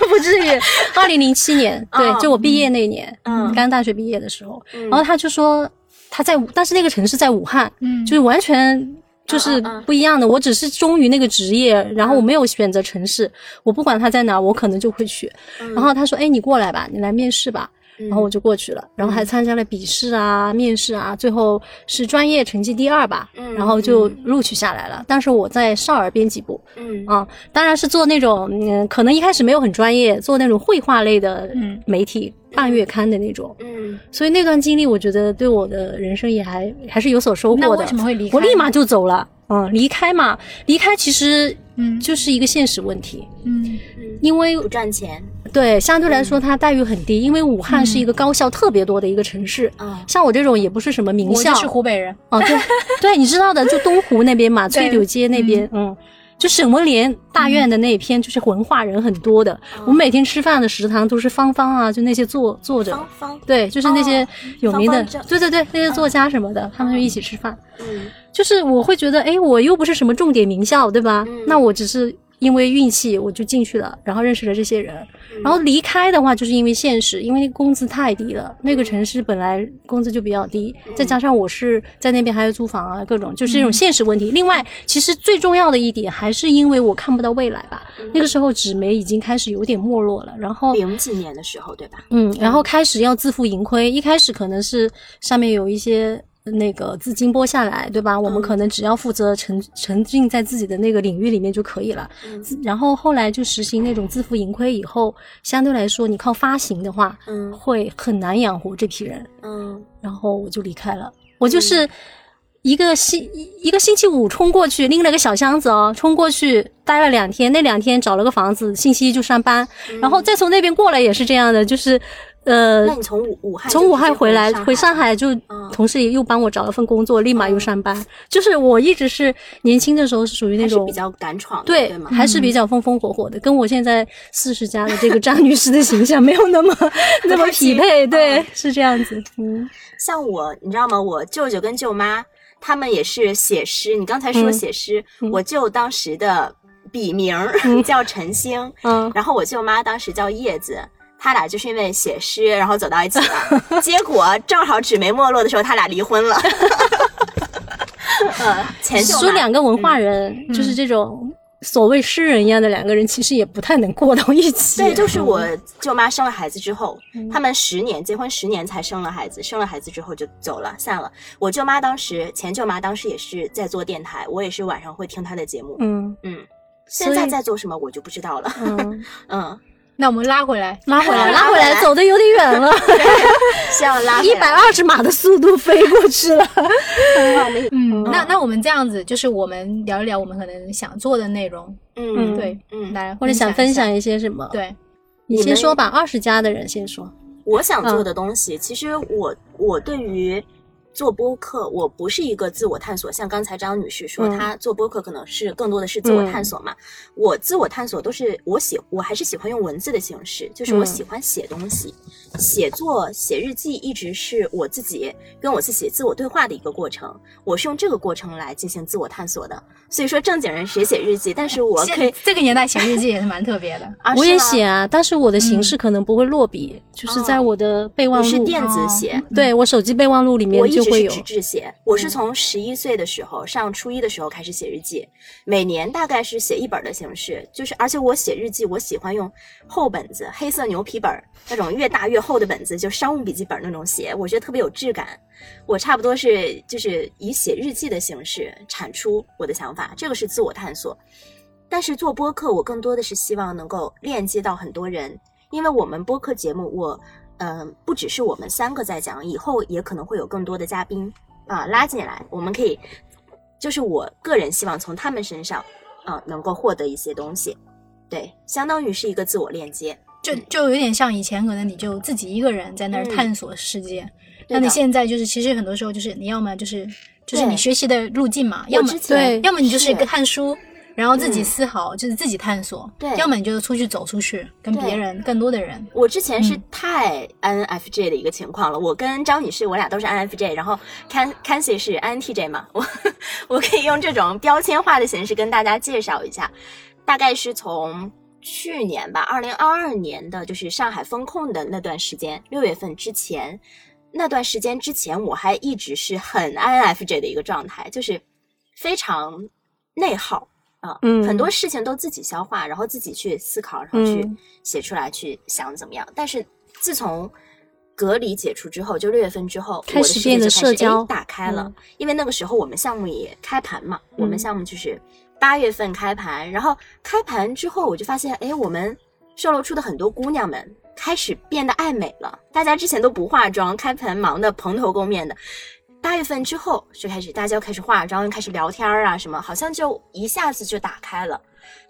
Speaker 2: 那不至于。二零零七年，对
Speaker 1: 哦，
Speaker 2: 就我毕业那年，
Speaker 1: 嗯
Speaker 2: 刚大学毕业的时候，
Speaker 1: 嗯
Speaker 2: 然后他就说他在武，但是那个城市在武汉，
Speaker 3: 嗯
Speaker 2: 就是完全。就是
Speaker 1: 嗯嗯嗯嗯
Speaker 2: 不一样的，我只是忠于那个职业，然后我没有选择城市，我不管他在哪，我可能就会去。
Speaker 1: 然
Speaker 2: 然后他说：“哎，你过来吧，你来面试吧。”
Speaker 1: 嗯
Speaker 2: 然后我就过去了，然后还参加了笔试啊、面试啊，最后是专业成绩第二吧，
Speaker 1: 嗯
Speaker 2: 然后就录取下来了。当时我在少儿编辑部，
Speaker 1: 嗯
Speaker 2: 啊，当然是做那种，嗯，可能一开始没有很专业，做那种绘画类的
Speaker 3: 嗯
Speaker 2: 媒体、半月刊的那种，
Speaker 1: 嗯
Speaker 2: 所以那段经历，我觉得对我的人生也还还是有所收
Speaker 3: 那
Speaker 2: 获的
Speaker 3: 为什。么会离开？
Speaker 2: 我立马，就走了，嗯，离开嘛，离开其实
Speaker 3: 嗯
Speaker 2: 就是一个现实问题，
Speaker 3: 嗯
Speaker 1: 嗯，
Speaker 2: 因为
Speaker 1: 不赚钱，
Speaker 2: 对相对来说它待遇很低，因为武汉是一
Speaker 3: 嗯
Speaker 2: 个高校特别多的一个城市，
Speaker 1: 啊，
Speaker 2: 像我这种也不是什么名
Speaker 3: 我
Speaker 2: 校
Speaker 3: 就，是湖北人，
Speaker 2: 哦，对对，你知道的，就东湖那边嘛，
Speaker 3: 对
Speaker 2: 崔柳街那边，嗯，就省文联大院的那一片，就是文化人很多
Speaker 1: 啊
Speaker 2: 的。
Speaker 1: 嗯
Speaker 2: 我们每天吃饭的食堂都是芳芳啊，就那些作作者
Speaker 1: 芳，芳，
Speaker 2: 对，就是那些
Speaker 1: 哦
Speaker 2: 有名的
Speaker 1: 芳芳，这
Speaker 2: 对对对，那些作家什么的，他们就一起吃饭。
Speaker 1: 嗯
Speaker 2: 就是我会觉得，哎，我又不是什么重点名校，对吧
Speaker 1: 嗯？
Speaker 2: 那我只是因为运气我就进去了，然后认识了这些人，
Speaker 1: 嗯
Speaker 2: 然后离开的话，就是因为现实，因为那个工资太低了，那个城市本来工资就比较低，再加上我是在那边还要租房啊，各种就是这种现实问题。另外，其实最重要的一点还是因为我看不到未来吧，那个时候纸媒已经开始有点没落了，然后
Speaker 1: 嗯零几年的时候对吧？
Speaker 2: 嗯，然后开始要自负盈亏，一开始可能是上面有一些那个资金拨下来，对吧？我们可能只要负责沉沉浸在自己的那个领域里面就可以了。
Speaker 1: 嗯
Speaker 2: 自然后后来就实行那种自负盈亏以后，相对来说你靠发行的话，
Speaker 1: 嗯
Speaker 2: 会很难养活这批人。
Speaker 1: 嗯
Speaker 2: 然后我就离开了，我就是一个星一一个星期五冲过去，拎了个小箱子哦，冲过去待了两天，那两天找了个房子，星期一就上班，然后再从那边过来也是这样的，就是呃
Speaker 1: 嗯那，你从武武汉就
Speaker 2: 从武汉
Speaker 1: 直接
Speaker 2: 回来
Speaker 1: 回
Speaker 2: 回上海就
Speaker 1: 嗯
Speaker 2: 同事又帮我找了份工作，立马又上班，就是我一直是年轻的时候是属于那
Speaker 1: 还是
Speaker 2: 种
Speaker 1: 比较敢闯的，
Speaker 2: 对
Speaker 1: 对吗？嗯
Speaker 2: 还是比较风风火火的，跟我现在四十加的这个张 女士的形象没有 那么那么匹配，对，是这样子，嗯
Speaker 1: 像我，你知道吗？我舅舅跟舅妈他们也是写诗。你刚才说
Speaker 2: 嗯
Speaker 1: 写诗，
Speaker 2: 嗯
Speaker 1: 我舅当时的笔名儿 叫陈星，
Speaker 2: 嗯。
Speaker 1: 然后我舅妈当时叫叶子。他俩就是因为写诗，然后走到一起 了。结果正好纸媒没落的时候，他俩离婚了。 呃，前舅
Speaker 2: 说
Speaker 1: 妈
Speaker 2: 两个文化人，
Speaker 1: 嗯
Speaker 2: 就是这种所谓诗人一样的两个人，其实也不太能过到一起。
Speaker 1: 对，就是我舅妈生了孩子之后，
Speaker 2: 嗯
Speaker 1: 他们十年结婚十年才生了孩子，生了孩子之后就走了，散了。我舅妈当时前舅妈当时也是在做电台，我也是晚上会听她的节目。
Speaker 2: 嗯
Speaker 1: 嗯，
Speaker 2: 所
Speaker 1: 现在
Speaker 2: 以
Speaker 1: 在做什么我就不知道了。
Speaker 2: 嗯，
Speaker 1: 嗯，
Speaker 3: 那我们拉回来，
Speaker 2: 拉回来，
Speaker 1: 拉
Speaker 2: 拉
Speaker 1: 回
Speaker 2: 回
Speaker 1: 来
Speaker 2: 来，走的有点 远了，
Speaker 1: 是要拉
Speaker 2: 一百二十码的速度飞过 去了。
Speaker 3: 嗯，那那我们这样子，就是我们聊一聊我们可能想做的内容，
Speaker 1: 嗯
Speaker 3: 对，
Speaker 1: 嗯，
Speaker 3: 来
Speaker 2: 或者想分
Speaker 3: 享
Speaker 2: 享
Speaker 3: 一下，
Speaker 2: 一些什么？，
Speaker 3: 对，
Speaker 2: 你先说吧，二十加的人先说。
Speaker 1: 我想
Speaker 2: 嗯
Speaker 1: 做的东西，其实我我对于做播客，我不是一个自我探索，像刚才张女士说，
Speaker 2: 嗯
Speaker 1: 她做播客可能是更多的是自我探索嘛。我自我探索都是我喜，我还是喜欢用文字的形式，就是我
Speaker 2: 嗯
Speaker 1: 喜欢写东西，写作、写日记一直是我自己跟我自己自我对话的一个过程。我是用这个过程来进行自我探索的。所以说，正经人谁写日记，但是我可以
Speaker 3: 这，这个年代写日记也是蛮特别的，
Speaker 1: 啊
Speaker 2: 我也
Speaker 1: 是吗
Speaker 2: 写啊，但是我的形式可能不会落笔，就是在我的备忘
Speaker 1: 哦我是
Speaker 2: 录，
Speaker 1: 电子
Speaker 3: 哦
Speaker 1: 写。
Speaker 2: 对我手机备忘录里面
Speaker 1: 我一
Speaker 2: 就
Speaker 1: 直
Speaker 2: 会
Speaker 1: 是
Speaker 2: 有嗯
Speaker 1: 纸。质写，我是从十一岁的时候上初一的时候开始写日记，每年大概是写一本的形式，就是而且我写日记，我喜欢用厚本子，黑色牛皮本儿那种越大越厚的本子，就商务笔记本那种写，我觉得特别有质感。我差不多是就是以写日记的形式产出我的想法，这个是自我探索。但是做播客，我更多的是希望能够链接到很多人，因为我们播客节目，我嗯、呃不只是我们三个在讲，以后也可能会有更多的嘉宾啊、拉进来，我们可以就是我个人希望从他们身上，啊、能够获得一些东西，对，相当于是一个自我链接。
Speaker 3: 就就有点像以前，可能你就自己一个人在那儿
Speaker 1: 嗯
Speaker 3: 探索世界。
Speaker 1: 对
Speaker 3: 那你
Speaker 1: 的
Speaker 3: 现在就是，其实很多时候就是你要么就是就是
Speaker 1: 对
Speaker 3: 你学习的路径嘛，
Speaker 1: 我
Speaker 3: 要么
Speaker 1: 之前
Speaker 2: 对
Speaker 3: 要么你就是
Speaker 1: 是
Speaker 3: 看书，然后自己
Speaker 1: 嗯
Speaker 3: 思考，就是自己探索；
Speaker 1: 对
Speaker 3: 要么你就是出去走出去，跟
Speaker 1: 对
Speaker 3: 别人更多的人。
Speaker 1: 我之前是
Speaker 3: 嗯
Speaker 1: 太 INFJ 的一个情况了，我跟张女士我俩都是 INFJ，然后 Can Cancy 是 INTJ 嘛，我 我可以用这种标签化的形式跟大家介绍一下，大概是从去年吧，二零二二年的就是上海封控的那段时间，六月份之前，那段时间之前我还一直是很 INFJ 的一个状态，就是非常内耗。啊，
Speaker 2: 嗯
Speaker 1: 很多事情都自己消化，然后自己去思考，然后去
Speaker 2: 嗯
Speaker 1: 写出来，去想怎么样。但是自从隔离解除之后，就六月份之后，
Speaker 2: 开
Speaker 1: 我的
Speaker 2: 始
Speaker 1: 世界
Speaker 2: 变
Speaker 1: 就
Speaker 2: 得
Speaker 1: 开
Speaker 2: 社
Speaker 1: 始
Speaker 2: 交
Speaker 1: 哎打开了
Speaker 2: 嗯，
Speaker 1: 因为那个时候我们项目也开盘嘛，我们
Speaker 2: 嗯
Speaker 1: 项目就是八月份开盘，然后开盘之后我就发现，哎，我们售楼处的很多姑娘们开始变得爱美了，大家之前都不化妆，开盘忙得蓬头垢面的。八月份之后就开始，大家又开始化妆，又开始聊天儿啊，什么，好像就一下子就打开了。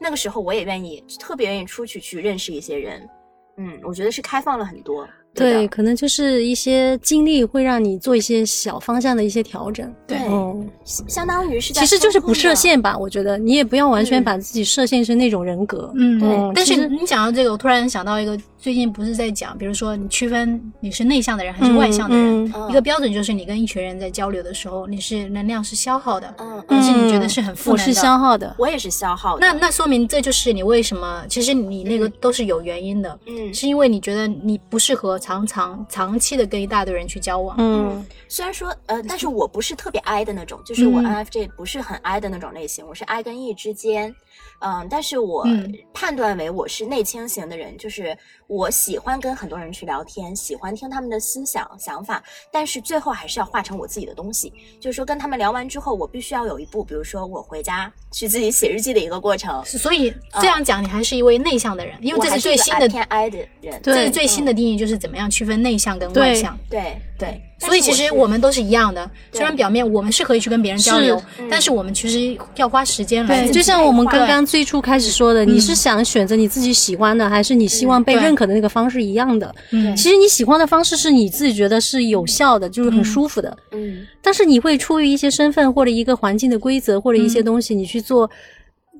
Speaker 1: 那个时候我也愿意，特别愿意出去去认识一些人。嗯，我觉得是开放了很多。
Speaker 2: 对，
Speaker 1: 的
Speaker 2: 可能就是一些经历会让你做一些小方向的一些调整。
Speaker 1: 对，
Speaker 2: 嗯，
Speaker 1: 相当于是在
Speaker 2: 其实就是
Speaker 1: 风
Speaker 2: 不
Speaker 1: 控
Speaker 2: 设
Speaker 1: 的。
Speaker 2: 限吧，我觉得你也不要完全
Speaker 1: 嗯
Speaker 2: 把自己设限成那种人格。
Speaker 3: 嗯，
Speaker 2: 嗯
Speaker 3: 但
Speaker 2: 其
Speaker 3: 是
Speaker 2: 实
Speaker 3: 你讲到这个，我突然想到一个，最近不是在讲，比如说你区分你是内向的人还是外向的人，
Speaker 2: 嗯
Speaker 1: 嗯
Speaker 3: 一个标准就是你跟一群人在交流的时候，你是能量是消耗的，
Speaker 1: 嗯嗯，
Speaker 3: 但是你觉
Speaker 2: 嗯
Speaker 3: 得是很负
Speaker 2: 我
Speaker 3: 能的。
Speaker 2: 是消耗的。
Speaker 1: 我也是消耗的。
Speaker 3: 那那说明这就是你为什么，其实你那个
Speaker 1: 嗯
Speaker 3: 都是有原因的，
Speaker 1: 嗯，
Speaker 3: 是因为你觉得你不适合长长长期的跟一大堆人去交往。
Speaker 2: 嗯，
Speaker 1: 虽然说呃，但是我不是特别 I 的那 种，就是我
Speaker 3: 嗯
Speaker 1: INFJ 不是很 I 的那种类型，我是 I 跟 E 之间。嗯，但是我
Speaker 3: 嗯
Speaker 1: 判断为我是内倾型的人，就是我喜欢跟很多人去聊天，喜欢听他们的思想想法，但是最后还是要化成我自己的东西。就是说跟他们聊完之后，我必须要有一步，比如说我回家去自己写日记的一个过程。
Speaker 3: 所以这样讲，你还是一位内向的
Speaker 2: 嗯
Speaker 3: 人，因为
Speaker 1: 我
Speaker 3: 这
Speaker 1: 还
Speaker 3: 是最
Speaker 1: 一个
Speaker 3: 新的，
Speaker 1: 偏 I 的人，嗯
Speaker 2: 对
Speaker 3: 这是最新的定义，就是怎么样区分内向跟外
Speaker 2: 对
Speaker 3: 向。
Speaker 1: 对对。但
Speaker 3: 所以
Speaker 1: 是
Speaker 3: 其实
Speaker 1: 是
Speaker 3: 我们都是一样的，
Speaker 1: 对
Speaker 3: 虽然表面我们是可以去跟别人交流
Speaker 2: 是，
Speaker 1: 嗯
Speaker 3: 但是我们其实要花时间来
Speaker 2: 对，
Speaker 3: 自己。
Speaker 2: 就像我们刚
Speaker 3: 对
Speaker 2: 刚最初开
Speaker 3: 嗯
Speaker 2: 始说的，你是想选择你自己喜欢的，还是你希望被
Speaker 3: 对
Speaker 2: 认可的那个方式一样的？
Speaker 3: 嗯
Speaker 2: 其实你喜欢的方式是你自己觉得是有效的，就是很舒服的。
Speaker 1: 嗯
Speaker 2: 但是你会出于一些身份或者一个环境的规则或者一些东西，你去做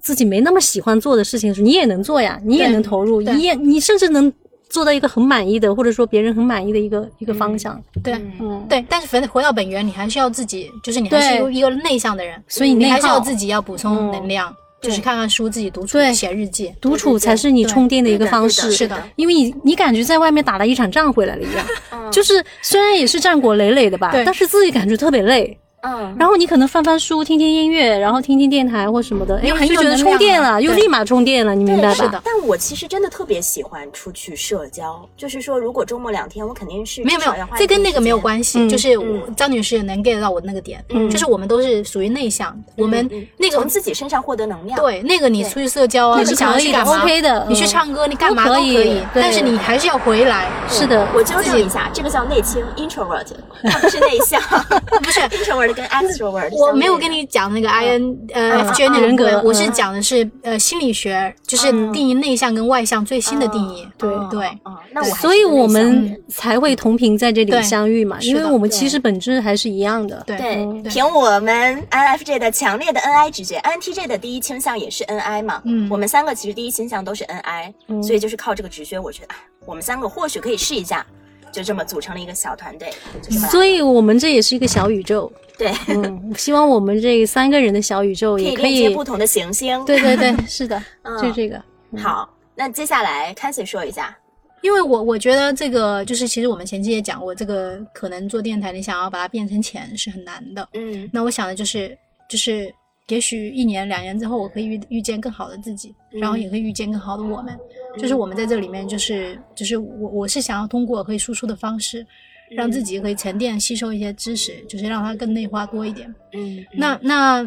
Speaker 2: 自己没那么喜欢做的事情的时候，你也能做呀，你也
Speaker 3: 对
Speaker 2: 能投入，
Speaker 3: 对
Speaker 2: 你也你甚至能做到一个很满意的，或者说别人很满意的一个一个方向。
Speaker 3: 对
Speaker 1: 嗯
Speaker 2: 嗯，
Speaker 3: 对，但是回回到本源，你还是要自己，就是你还是一个
Speaker 2: 对
Speaker 3: 一个内向的人，
Speaker 2: 所以你
Speaker 3: 你还是
Speaker 2: 内耗嗯
Speaker 3: 要自己要补充能量，就是
Speaker 1: 对
Speaker 3: 看看书，自己独处，
Speaker 2: 对
Speaker 3: 写日记。
Speaker 2: 独处才是你
Speaker 3: 对
Speaker 2: 充电的一个方式。
Speaker 1: 对
Speaker 3: 是的
Speaker 2: 因为你你感觉在外面打了一场仗回来了一样，
Speaker 1: 嗯
Speaker 2: 就是虽然也是战果累累的吧
Speaker 3: 对，
Speaker 2: 但是自己感觉特别累。
Speaker 1: 嗯，
Speaker 2: 然后你可能翻翻书、听听音乐，然后听听电台或什么的，哎
Speaker 3: 又很，
Speaker 2: 就
Speaker 3: 有
Speaker 2: 觉得
Speaker 3: 能
Speaker 2: 充电
Speaker 3: 量
Speaker 2: 了，
Speaker 3: 了
Speaker 2: 又
Speaker 3: 对
Speaker 2: 立马充电了，你明
Speaker 1: 对，
Speaker 2: 白
Speaker 1: 是
Speaker 2: 吧？
Speaker 1: 的。但我其实真的特别喜欢出去社交，就是说，如果周末两天，我肯定是
Speaker 3: 没有没有
Speaker 1: 至少要，花
Speaker 3: 这
Speaker 1: 一
Speaker 3: 跟
Speaker 1: 天
Speaker 3: 那个
Speaker 1: 时
Speaker 3: 没有
Speaker 1: 间。
Speaker 3: 关系，
Speaker 2: 嗯
Speaker 3: 就是我
Speaker 1: 嗯
Speaker 3: 张女士能 get 到我那个点，
Speaker 2: 嗯
Speaker 3: 就是我们都是属于内向，我们
Speaker 1: 嗯嗯
Speaker 3: 那个
Speaker 1: 从自己身上获得能量，
Speaker 3: 对那个你
Speaker 1: 对
Speaker 3: 出去社交啊，
Speaker 2: 那
Speaker 3: 你
Speaker 2: 哦是
Speaker 3: 想要
Speaker 2: 可以
Speaker 3: 去
Speaker 2: 的
Speaker 3: 干嘛
Speaker 2: ，OK 的
Speaker 3: 你去
Speaker 2: 嗯
Speaker 3: 唱歌，你干嘛
Speaker 2: 都可
Speaker 3: 都
Speaker 2: 以
Speaker 3: 以，
Speaker 2: 对
Speaker 3: 但是你还是要回来，
Speaker 2: 是的，
Speaker 1: 我纠正一下，这个叫内 倾 （introvert），它不是内向，
Speaker 3: 不是
Speaker 1: introvert 跟 extrovert。
Speaker 3: 我没有跟，你讲那个 I N 呃
Speaker 1: 嗯
Speaker 3: F J
Speaker 2: 嗯
Speaker 3: 那个
Speaker 2: 人
Speaker 3: 部分
Speaker 2: 格
Speaker 3: 我是
Speaker 2: 嗯
Speaker 3: 讲的是呃心理学，就是
Speaker 1: 嗯
Speaker 3: 定义内向跟外向最新的定义。
Speaker 2: 对
Speaker 3: 对
Speaker 1: 嗯，那我还
Speaker 2: 所以
Speaker 1: 是内
Speaker 2: 我
Speaker 1: 向
Speaker 2: 们
Speaker 1: 人
Speaker 2: 才会同频在这里
Speaker 3: 对
Speaker 2: 相遇嘛，因
Speaker 3: 是
Speaker 2: 为
Speaker 3: 的
Speaker 2: 我们
Speaker 1: 对
Speaker 2: 其实本质还是一样的。
Speaker 3: 对
Speaker 1: 对，
Speaker 3: 嗯对
Speaker 1: 凭我们 INFJ 的强烈的 NI 直觉，INTJ 的第一倾向也是 NI 嘛，
Speaker 3: 嗯
Speaker 1: 我们三个其实第一倾向都是 NI，、
Speaker 2: 嗯
Speaker 1: 所以就是靠这个直觉，我觉得哎我们三个或许可以试一下，就这么组成了一个小团队，就这么来
Speaker 2: 所以我们这也是一个小宇宙。
Speaker 1: 对，
Speaker 2: 嗯，希望我们这三个人的小宇宙
Speaker 1: 可
Speaker 2: 也
Speaker 1: 以
Speaker 2: 可
Speaker 1: 链接
Speaker 2: 以
Speaker 1: 不。同的行星。
Speaker 2: 对 对对，是的，
Speaker 1: 嗯
Speaker 2: 就这个。
Speaker 1: 好，那接下来 c a s i e 说一下，
Speaker 3: 因为我我觉得这个就是其实我们前期也讲过，这个可能做电台你想要把它变成钱是很难的。
Speaker 1: 嗯
Speaker 3: 那我想的就是就是。也许一年两年之后，我可以遇遇见更好的自己，然后
Speaker 1: 嗯
Speaker 3: 也可以遇见更好的我们。就是我们在这里面，就是就是我我是想要通过可以输出的方式，让自
Speaker 1: 嗯
Speaker 3: 己可以沉淀吸收一些知识，就是让它更内化多一点。
Speaker 1: 嗯，
Speaker 3: 那那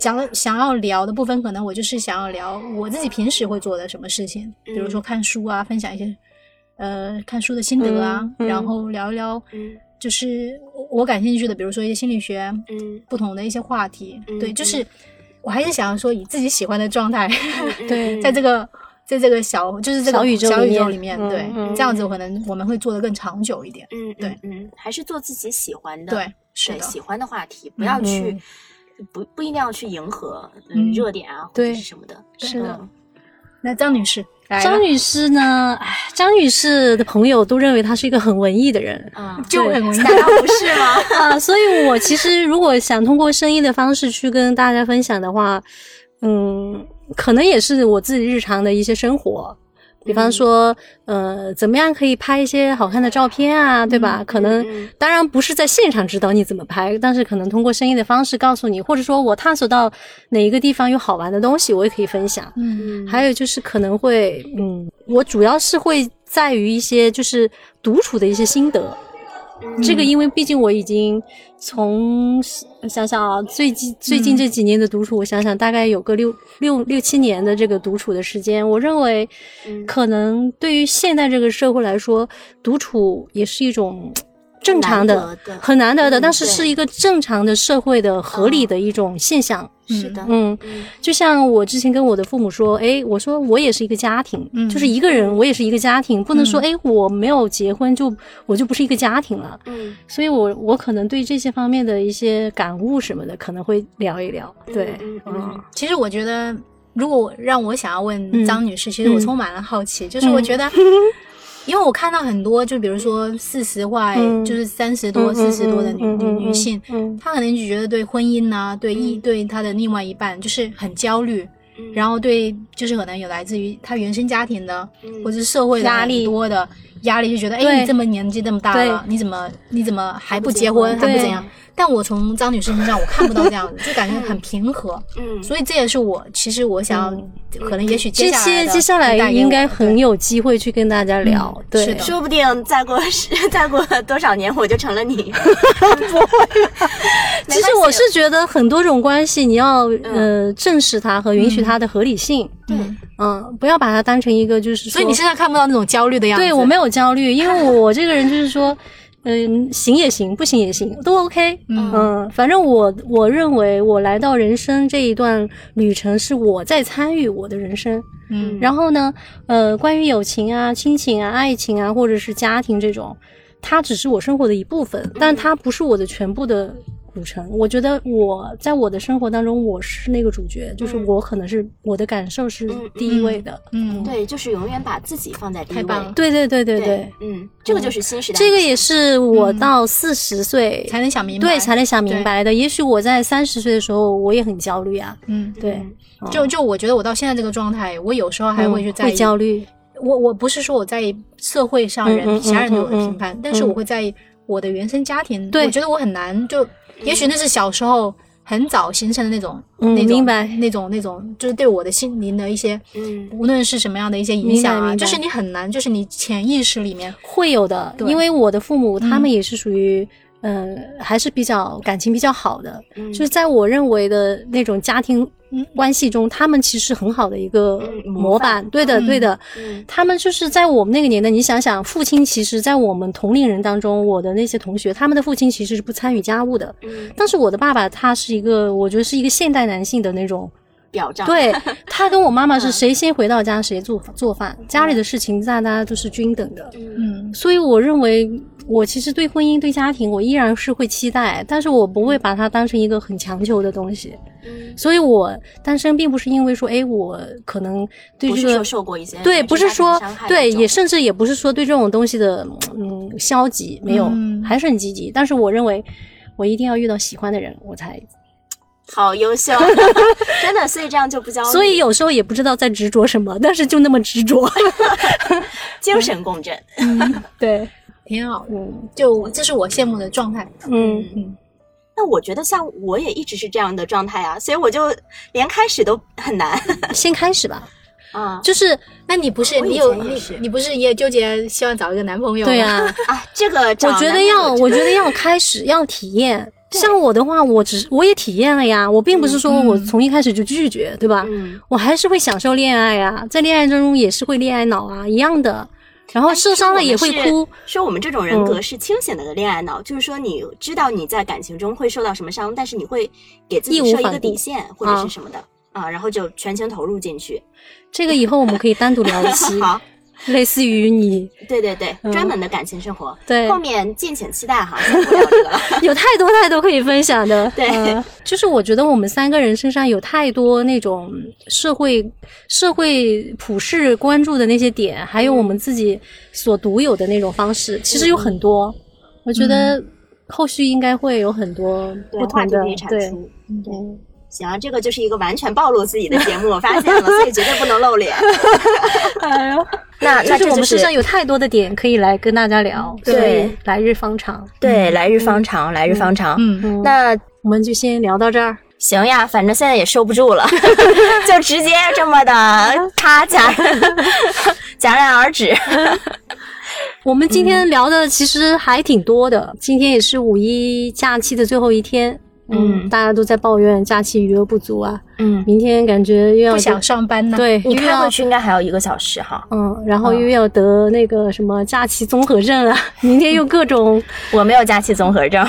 Speaker 3: 讲了想要聊的部分，可能我就是想要聊我自己平时会做的什么事情，比如
Speaker 1: 嗯
Speaker 3: 说看书啊，分享一些呃看书的心得啊，
Speaker 2: 嗯嗯
Speaker 3: 然后聊一聊
Speaker 1: 嗯
Speaker 3: 就是我我感兴趣的，比如说一些心理学，
Speaker 1: 嗯
Speaker 3: 不同的一些话题，
Speaker 1: 嗯
Speaker 3: 对，就
Speaker 1: 嗯
Speaker 3: 是我还是想要说以自己喜欢的状态，嗯
Speaker 2: 对
Speaker 3: 在这个在这个小就是这个
Speaker 2: 小宇宙
Speaker 3: 小
Speaker 2: 里
Speaker 3: 宇宙
Speaker 2: 面
Speaker 3: 里面，
Speaker 2: 嗯
Speaker 3: 对，
Speaker 2: 嗯
Speaker 3: 这样子可能我们会做的更长久一点。
Speaker 1: 嗯，
Speaker 3: 对
Speaker 1: 嗯嗯，还是做自己喜欢的，
Speaker 3: 对，是
Speaker 1: 对
Speaker 3: 的，
Speaker 1: 喜欢的话题，不要去，不不一定要去迎合嗯
Speaker 3: 嗯
Speaker 1: 热点啊或者
Speaker 2: 嗯对
Speaker 1: 是什么的，
Speaker 2: 是的
Speaker 1: 嗯，
Speaker 3: 那张女士来
Speaker 2: 张
Speaker 3: 了
Speaker 2: 女士呢？哎，张女士的朋友都认为她是一个很文艺的人
Speaker 1: 嗯，
Speaker 3: 就
Speaker 2: 对
Speaker 3: 很容易
Speaker 1: 大家不是吗？
Speaker 2: 啊，所以我其实如果想通过声音的方式去跟大家分享的话，嗯，可能也是我自己日常的一些生活。比
Speaker 1: 嗯
Speaker 2: 方说，呃，怎么样可以拍一些好看的照片啊，对吧？可能
Speaker 1: 嗯
Speaker 2: 当然不是在现场指导你怎么拍，但是可能通过声音的方式告诉你，或者说我探索到哪一个地方有好玩的东西，我也可以分享。
Speaker 3: 嗯
Speaker 1: 嗯，
Speaker 2: 还有就是可能会，嗯，我主要是会在于一些就是独处的一些心得。
Speaker 1: 嗯
Speaker 2: 这个因为毕竟我已经从想想啊，最近最
Speaker 1: 嗯
Speaker 2: 近这几年的独处，我想想大概有个六六六七年的这个独处的时间，我认为
Speaker 1: 嗯
Speaker 2: 可能对于现在这个社会来说，独处也是一种正常的
Speaker 1: 难得的、
Speaker 2: 很难得
Speaker 1: 嗯
Speaker 2: 的，但是
Speaker 1: 对嗯
Speaker 2: 是一个正常的社会的合理的一种现象。
Speaker 1: 是的，
Speaker 2: 嗯，
Speaker 1: 嗯
Speaker 2: 就像我之前跟我的父母说，哎，我说我也是一个家庭，
Speaker 3: 嗯
Speaker 2: 就是一个人，我也是一个家庭，不能说
Speaker 3: 嗯
Speaker 2: 哎我没有结婚就我就不是一个家庭了。
Speaker 1: 嗯，
Speaker 2: 所以我我可能对这些方面的一些感悟什么的，可能会聊一聊。对，
Speaker 1: 嗯
Speaker 2: 嗯
Speaker 1: 嗯
Speaker 3: 其实我觉得，如果让我想要问张女士，其实我充满了好奇，就是我觉得， 因为我看到很多，就比如说四十外，
Speaker 2: 嗯
Speaker 3: 就是三十多、四十多的女
Speaker 2: 嗯
Speaker 3: 女
Speaker 2: 嗯嗯
Speaker 3: 女性，
Speaker 2: 嗯
Speaker 3: 她可能就觉得对婚姻呐、对一
Speaker 1: 嗯
Speaker 3: 对她的另外一半就是很焦虑，
Speaker 1: 嗯
Speaker 3: 然后对就是可能有来自于她原生家庭的
Speaker 1: 嗯
Speaker 3: 或者是社会的
Speaker 2: 压力
Speaker 3: 很多的压力，就觉得
Speaker 2: 对
Speaker 3: 哎，你这么年纪这么大了，
Speaker 2: 对
Speaker 3: 你怎么你怎么还不
Speaker 1: 不结
Speaker 3: 结婚，
Speaker 1: 婚
Speaker 3: 还不
Speaker 2: 对
Speaker 3: 怎样？但我从张女士身上我看不到这样子，就感觉很平和。
Speaker 1: 嗯，
Speaker 3: 所以这也是我其实我想要，
Speaker 2: 嗯
Speaker 3: 可能也许
Speaker 2: 这
Speaker 3: 下来
Speaker 2: 些
Speaker 3: 的
Speaker 2: 接下来
Speaker 3: 会带给
Speaker 2: 应该
Speaker 3: 我
Speaker 2: 很有机会去跟大家聊。
Speaker 3: 嗯
Speaker 2: 对，
Speaker 3: 是的
Speaker 1: 说不定再过十 再过多少年，我就成了你。
Speaker 2: 其实我是觉得很多种关系，你要、
Speaker 3: 嗯
Speaker 2: 呃正视它和允许它的合理性。
Speaker 3: 对
Speaker 1: 嗯
Speaker 2: 嗯，不要把它当成一个就是说，
Speaker 3: 所以你身上看不到那种焦虑的样子。
Speaker 2: 对我没有焦虑，因为我我这个人就是说，嗯，行也行，不行也行，都 OK。
Speaker 3: 嗯
Speaker 2: 嗯，反正我我认为我来到人生这一段旅程是我在参与我的人生。
Speaker 3: 嗯
Speaker 2: 然后呢，呃，关于友情啊、亲情啊、爱情啊，或者是家庭这种，它只是我生活的一部分，但它不是我的全部的组成。我觉得我在我的生活当中，我是那个主角，就是
Speaker 1: 嗯
Speaker 2: 我可能是我的感受是
Speaker 1: 嗯
Speaker 2: 第一位的。
Speaker 3: 嗯
Speaker 1: 对，就是永远把自己放在第一
Speaker 3: 太
Speaker 1: 位
Speaker 3: 棒。了
Speaker 2: 对对对对对。
Speaker 1: 嗯，这个就是新时代。
Speaker 2: 这个也是我
Speaker 3: 嗯
Speaker 2: 到四十岁、
Speaker 3: 才能想明白，
Speaker 2: 对才能想明白的。也许我在三十岁的时候，我也很焦虑啊。
Speaker 3: 嗯。
Speaker 2: 对，嗯
Speaker 3: 就就我觉得我到现在这个状态，我有时候还会去
Speaker 2: 嗯
Speaker 3: 在
Speaker 2: 会
Speaker 3: 意，
Speaker 2: 焦虑。
Speaker 3: 我我不是说我在意社会上人、
Speaker 2: 嗯嗯
Speaker 3: 其他人对我的
Speaker 2: 嗯嗯
Speaker 3: 评判，但是我会在意我的原生家庭。
Speaker 2: 对
Speaker 3: 我觉得我很难，就也许那是小时候很早形成的那种，
Speaker 2: 嗯
Speaker 3: 那种
Speaker 2: 明白
Speaker 3: 那种那种，就是对我的心灵的一些，
Speaker 1: 嗯
Speaker 3: 无论是什么样的一些影响
Speaker 2: 明白明
Speaker 3: 啊，
Speaker 2: 白
Speaker 3: 就是你很难，就是你潜意识里面
Speaker 2: 会有的，
Speaker 3: 对
Speaker 2: 因为我的父母他们也是属于，嗯、还是比较感情比较好的，
Speaker 1: 嗯
Speaker 2: 就是在我认为的那种家庭关系中，他们其实很好的一个
Speaker 1: 嗯
Speaker 2: 嗯模板。对的，
Speaker 3: 嗯
Speaker 2: 对的，
Speaker 1: 嗯
Speaker 2: 他们就是在我们那个年代，你想想，父亲其实，在我们同龄人当中，我的那些同学，他们的父亲其实是不参与家务的。
Speaker 1: 嗯，
Speaker 2: 但是我的爸爸他是一个，我觉得是一个现代男性的那种，
Speaker 1: 表彰。
Speaker 2: 对他跟我妈
Speaker 1: 嗯
Speaker 2: 妈是谁先回到家谁做做饭，家里的事情大家都是均等的。
Speaker 1: 嗯，
Speaker 3: 嗯
Speaker 2: 所以我认为，我其实对婚姻、对家庭，我依然是会期待，但是我不会把它当成一个很强求的东西。
Speaker 1: 嗯，
Speaker 2: 所以我单身并不是因为说，哎，我可能对
Speaker 1: 不
Speaker 2: 这
Speaker 1: 是
Speaker 2: 个
Speaker 1: 说受过一些原
Speaker 2: 对，
Speaker 1: 生
Speaker 2: 不是
Speaker 1: 家庭
Speaker 2: 说
Speaker 1: 伤害
Speaker 2: 对，
Speaker 1: 那种
Speaker 2: 也甚至也不是说对这种东西的嗯消极，没有，
Speaker 3: 嗯
Speaker 2: 还是很积极。但是我认为，我一定要遇到喜欢的人，我才。
Speaker 1: 好优 秀，真的，所以这样就不焦虑，
Speaker 2: 所以有时候也不知道在执着什么，但是就那么执着。嗯
Speaker 1: 精神共振。
Speaker 2: 对，
Speaker 3: 挺
Speaker 1: 啊
Speaker 3: 好的。
Speaker 2: 嗯
Speaker 3: 就这是我羡慕的状态。
Speaker 2: 嗯，
Speaker 3: 嗯，
Speaker 1: 那我觉得像我也一直是这样的状态啊，所以我就连开始都很难
Speaker 2: 嗯先开始吧，
Speaker 1: 啊
Speaker 2: 就是
Speaker 3: 那你不是
Speaker 1: 我以
Speaker 3: 你有
Speaker 1: 前也
Speaker 3: 你
Speaker 1: 是
Speaker 3: 你不是也纠结希望找一个男朋友？
Speaker 2: 对， 啊。
Speaker 1: 啊！这个
Speaker 2: 我
Speaker 1: 找男
Speaker 2: 觉得
Speaker 1: 朋友
Speaker 2: 要，
Speaker 1: 真
Speaker 2: 我觉得要开始要体验。像我的话，我只是我也体验了呀，我并不是说
Speaker 3: 嗯
Speaker 2: 我从一开始就拒绝，对吧？
Speaker 1: 嗯
Speaker 2: 我还是会享受恋爱啊，在恋爱中也是会恋爱脑啊，一样的。然后受伤了也会哭。
Speaker 1: 说我们这种人格是清醒的恋爱脑，就是说你知道你在感情中会受到什么伤，但是你会给自己设一个底线或者是什么的啊，然后就全情投入进去。
Speaker 2: 这个以后我们可以单独聊一期。
Speaker 1: 好。
Speaker 2: 类似于你
Speaker 1: 对对对，
Speaker 2: 嗯
Speaker 1: 专门的感情生活，
Speaker 2: 对
Speaker 1: 后面敬请期待哈，先不聊这个了。
Speaker 2: 有太多太多可以分享的，
Speaker 1: 对
Speaker 2: 呃就是我觉得我们三个人身上有太多那种社会社会普世关注的那些点，还有我们自己所独有的那种方
Speaker 1: 嗯
Speaker 2: 式，其实有很多。我觉得后续应该会有很多
Speaker 1: 对
Speaker 2: 不，
Speaker 1: 话
Speaker 2: 同
Speaker 1: 题
Speaker 2: 的
Speaker 1: 可以产
Speaker 2: 对。
Speaker 1: 出。对，行啊，这个就是一个完全暴露自己的节目，我发现了，所以绝对不能露脸。
Speaker 2: 哎呦，
Speaker 1: 那
Speaker 2: 就
Speaker 1: 那
Speaker 2: 是
Speaker 1: 这
Speaker 2: 我
Speaker 1: 就
Speaker 2: 们身上
Speaker 1: 是。嗯
Speaker 2: 有太多的点可以来跟大家聊，
Speaker 1: 对
Speaker 2: 所以来日方长。
Speaker 1: 对，来日方长，来日方长。
Speaker 3: 嗯，
Speaker 2: 嗯，
Speaker 1: 那
Speaker 2: 我们就先聊到这儿。
Speaker 1: 行呀，反正现在也收不住了， 就直接这么的咔戛 戛然而止。
Speaker 2: 我们今天聊的其实还挺多的，今天也是五一假期的最后一天。
Speaker 1: 嗯
Speaker 2: 大家都在抱怨假期余额不足啊，
Speaker 1: 嗯，
Speaker 2: 明天感觉又要
Speaker 3: 不想上班呢。，
Speaker 2: 对，
Speaker 1: 你
Speaker 2: 又
Speaker 1: 开
Speaker 2: 要
Speaker 1: 回去应该还有一个小时哈，
Speaker 2: 嗯，然后又要得那个什么假期综合症啊， 明天又各种
Speaker 1: 我没有假期综合症。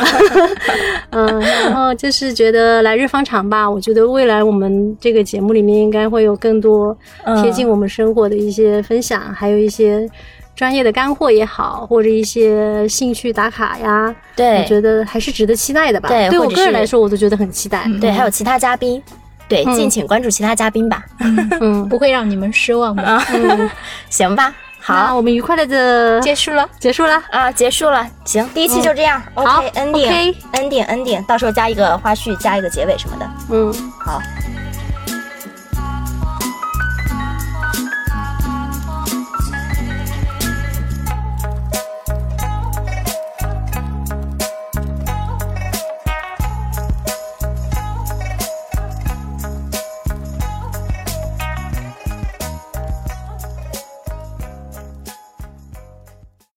Speaker 2: 嗯，然后就是觉得来日方长吧。我觉得未来我们这个节目里面应该会有更多
Speaker 1: 嗯
Speaker 2: 贴近我们生活的一些分享，还有一些专业的干货也好，或者一些兴趣打卡呀，
Speaker 1: 对
Speaker 2: 我觉得还是值得期待的吧。
Speaker 1: 哎对
Speaker 2: 对我
Speaker 1: 或者
Speaker 2: 个人
Speaker 1: 是嗯
Speaker 2: 来说，我都觉得很期待。
Speaker 1: 对，还有其他嘉宾，对，
Speaker 2: 嗯
Speaker 1: 敬请关注其他嘉宾吧。
Speaker 2: 嗯，
Speaker 3: 不会让你们失望的。
Speaker 1: 啊， 行吧，
Speaker 2: 那
Speaker 1: 好，
Speaker 2: 我们愉快的
Speaker 3: 结束了，
Speaker 2: 结束啦。
Speaker 1: 啊，结束了，行，第一期就这样
Speaker 2: 好
Speaker 1: 啊，OK，ending，ending，ending，到时候加一个花絮，加一个结尾什么的，
Speaker 2: 嗯，
Speaker 1: 好，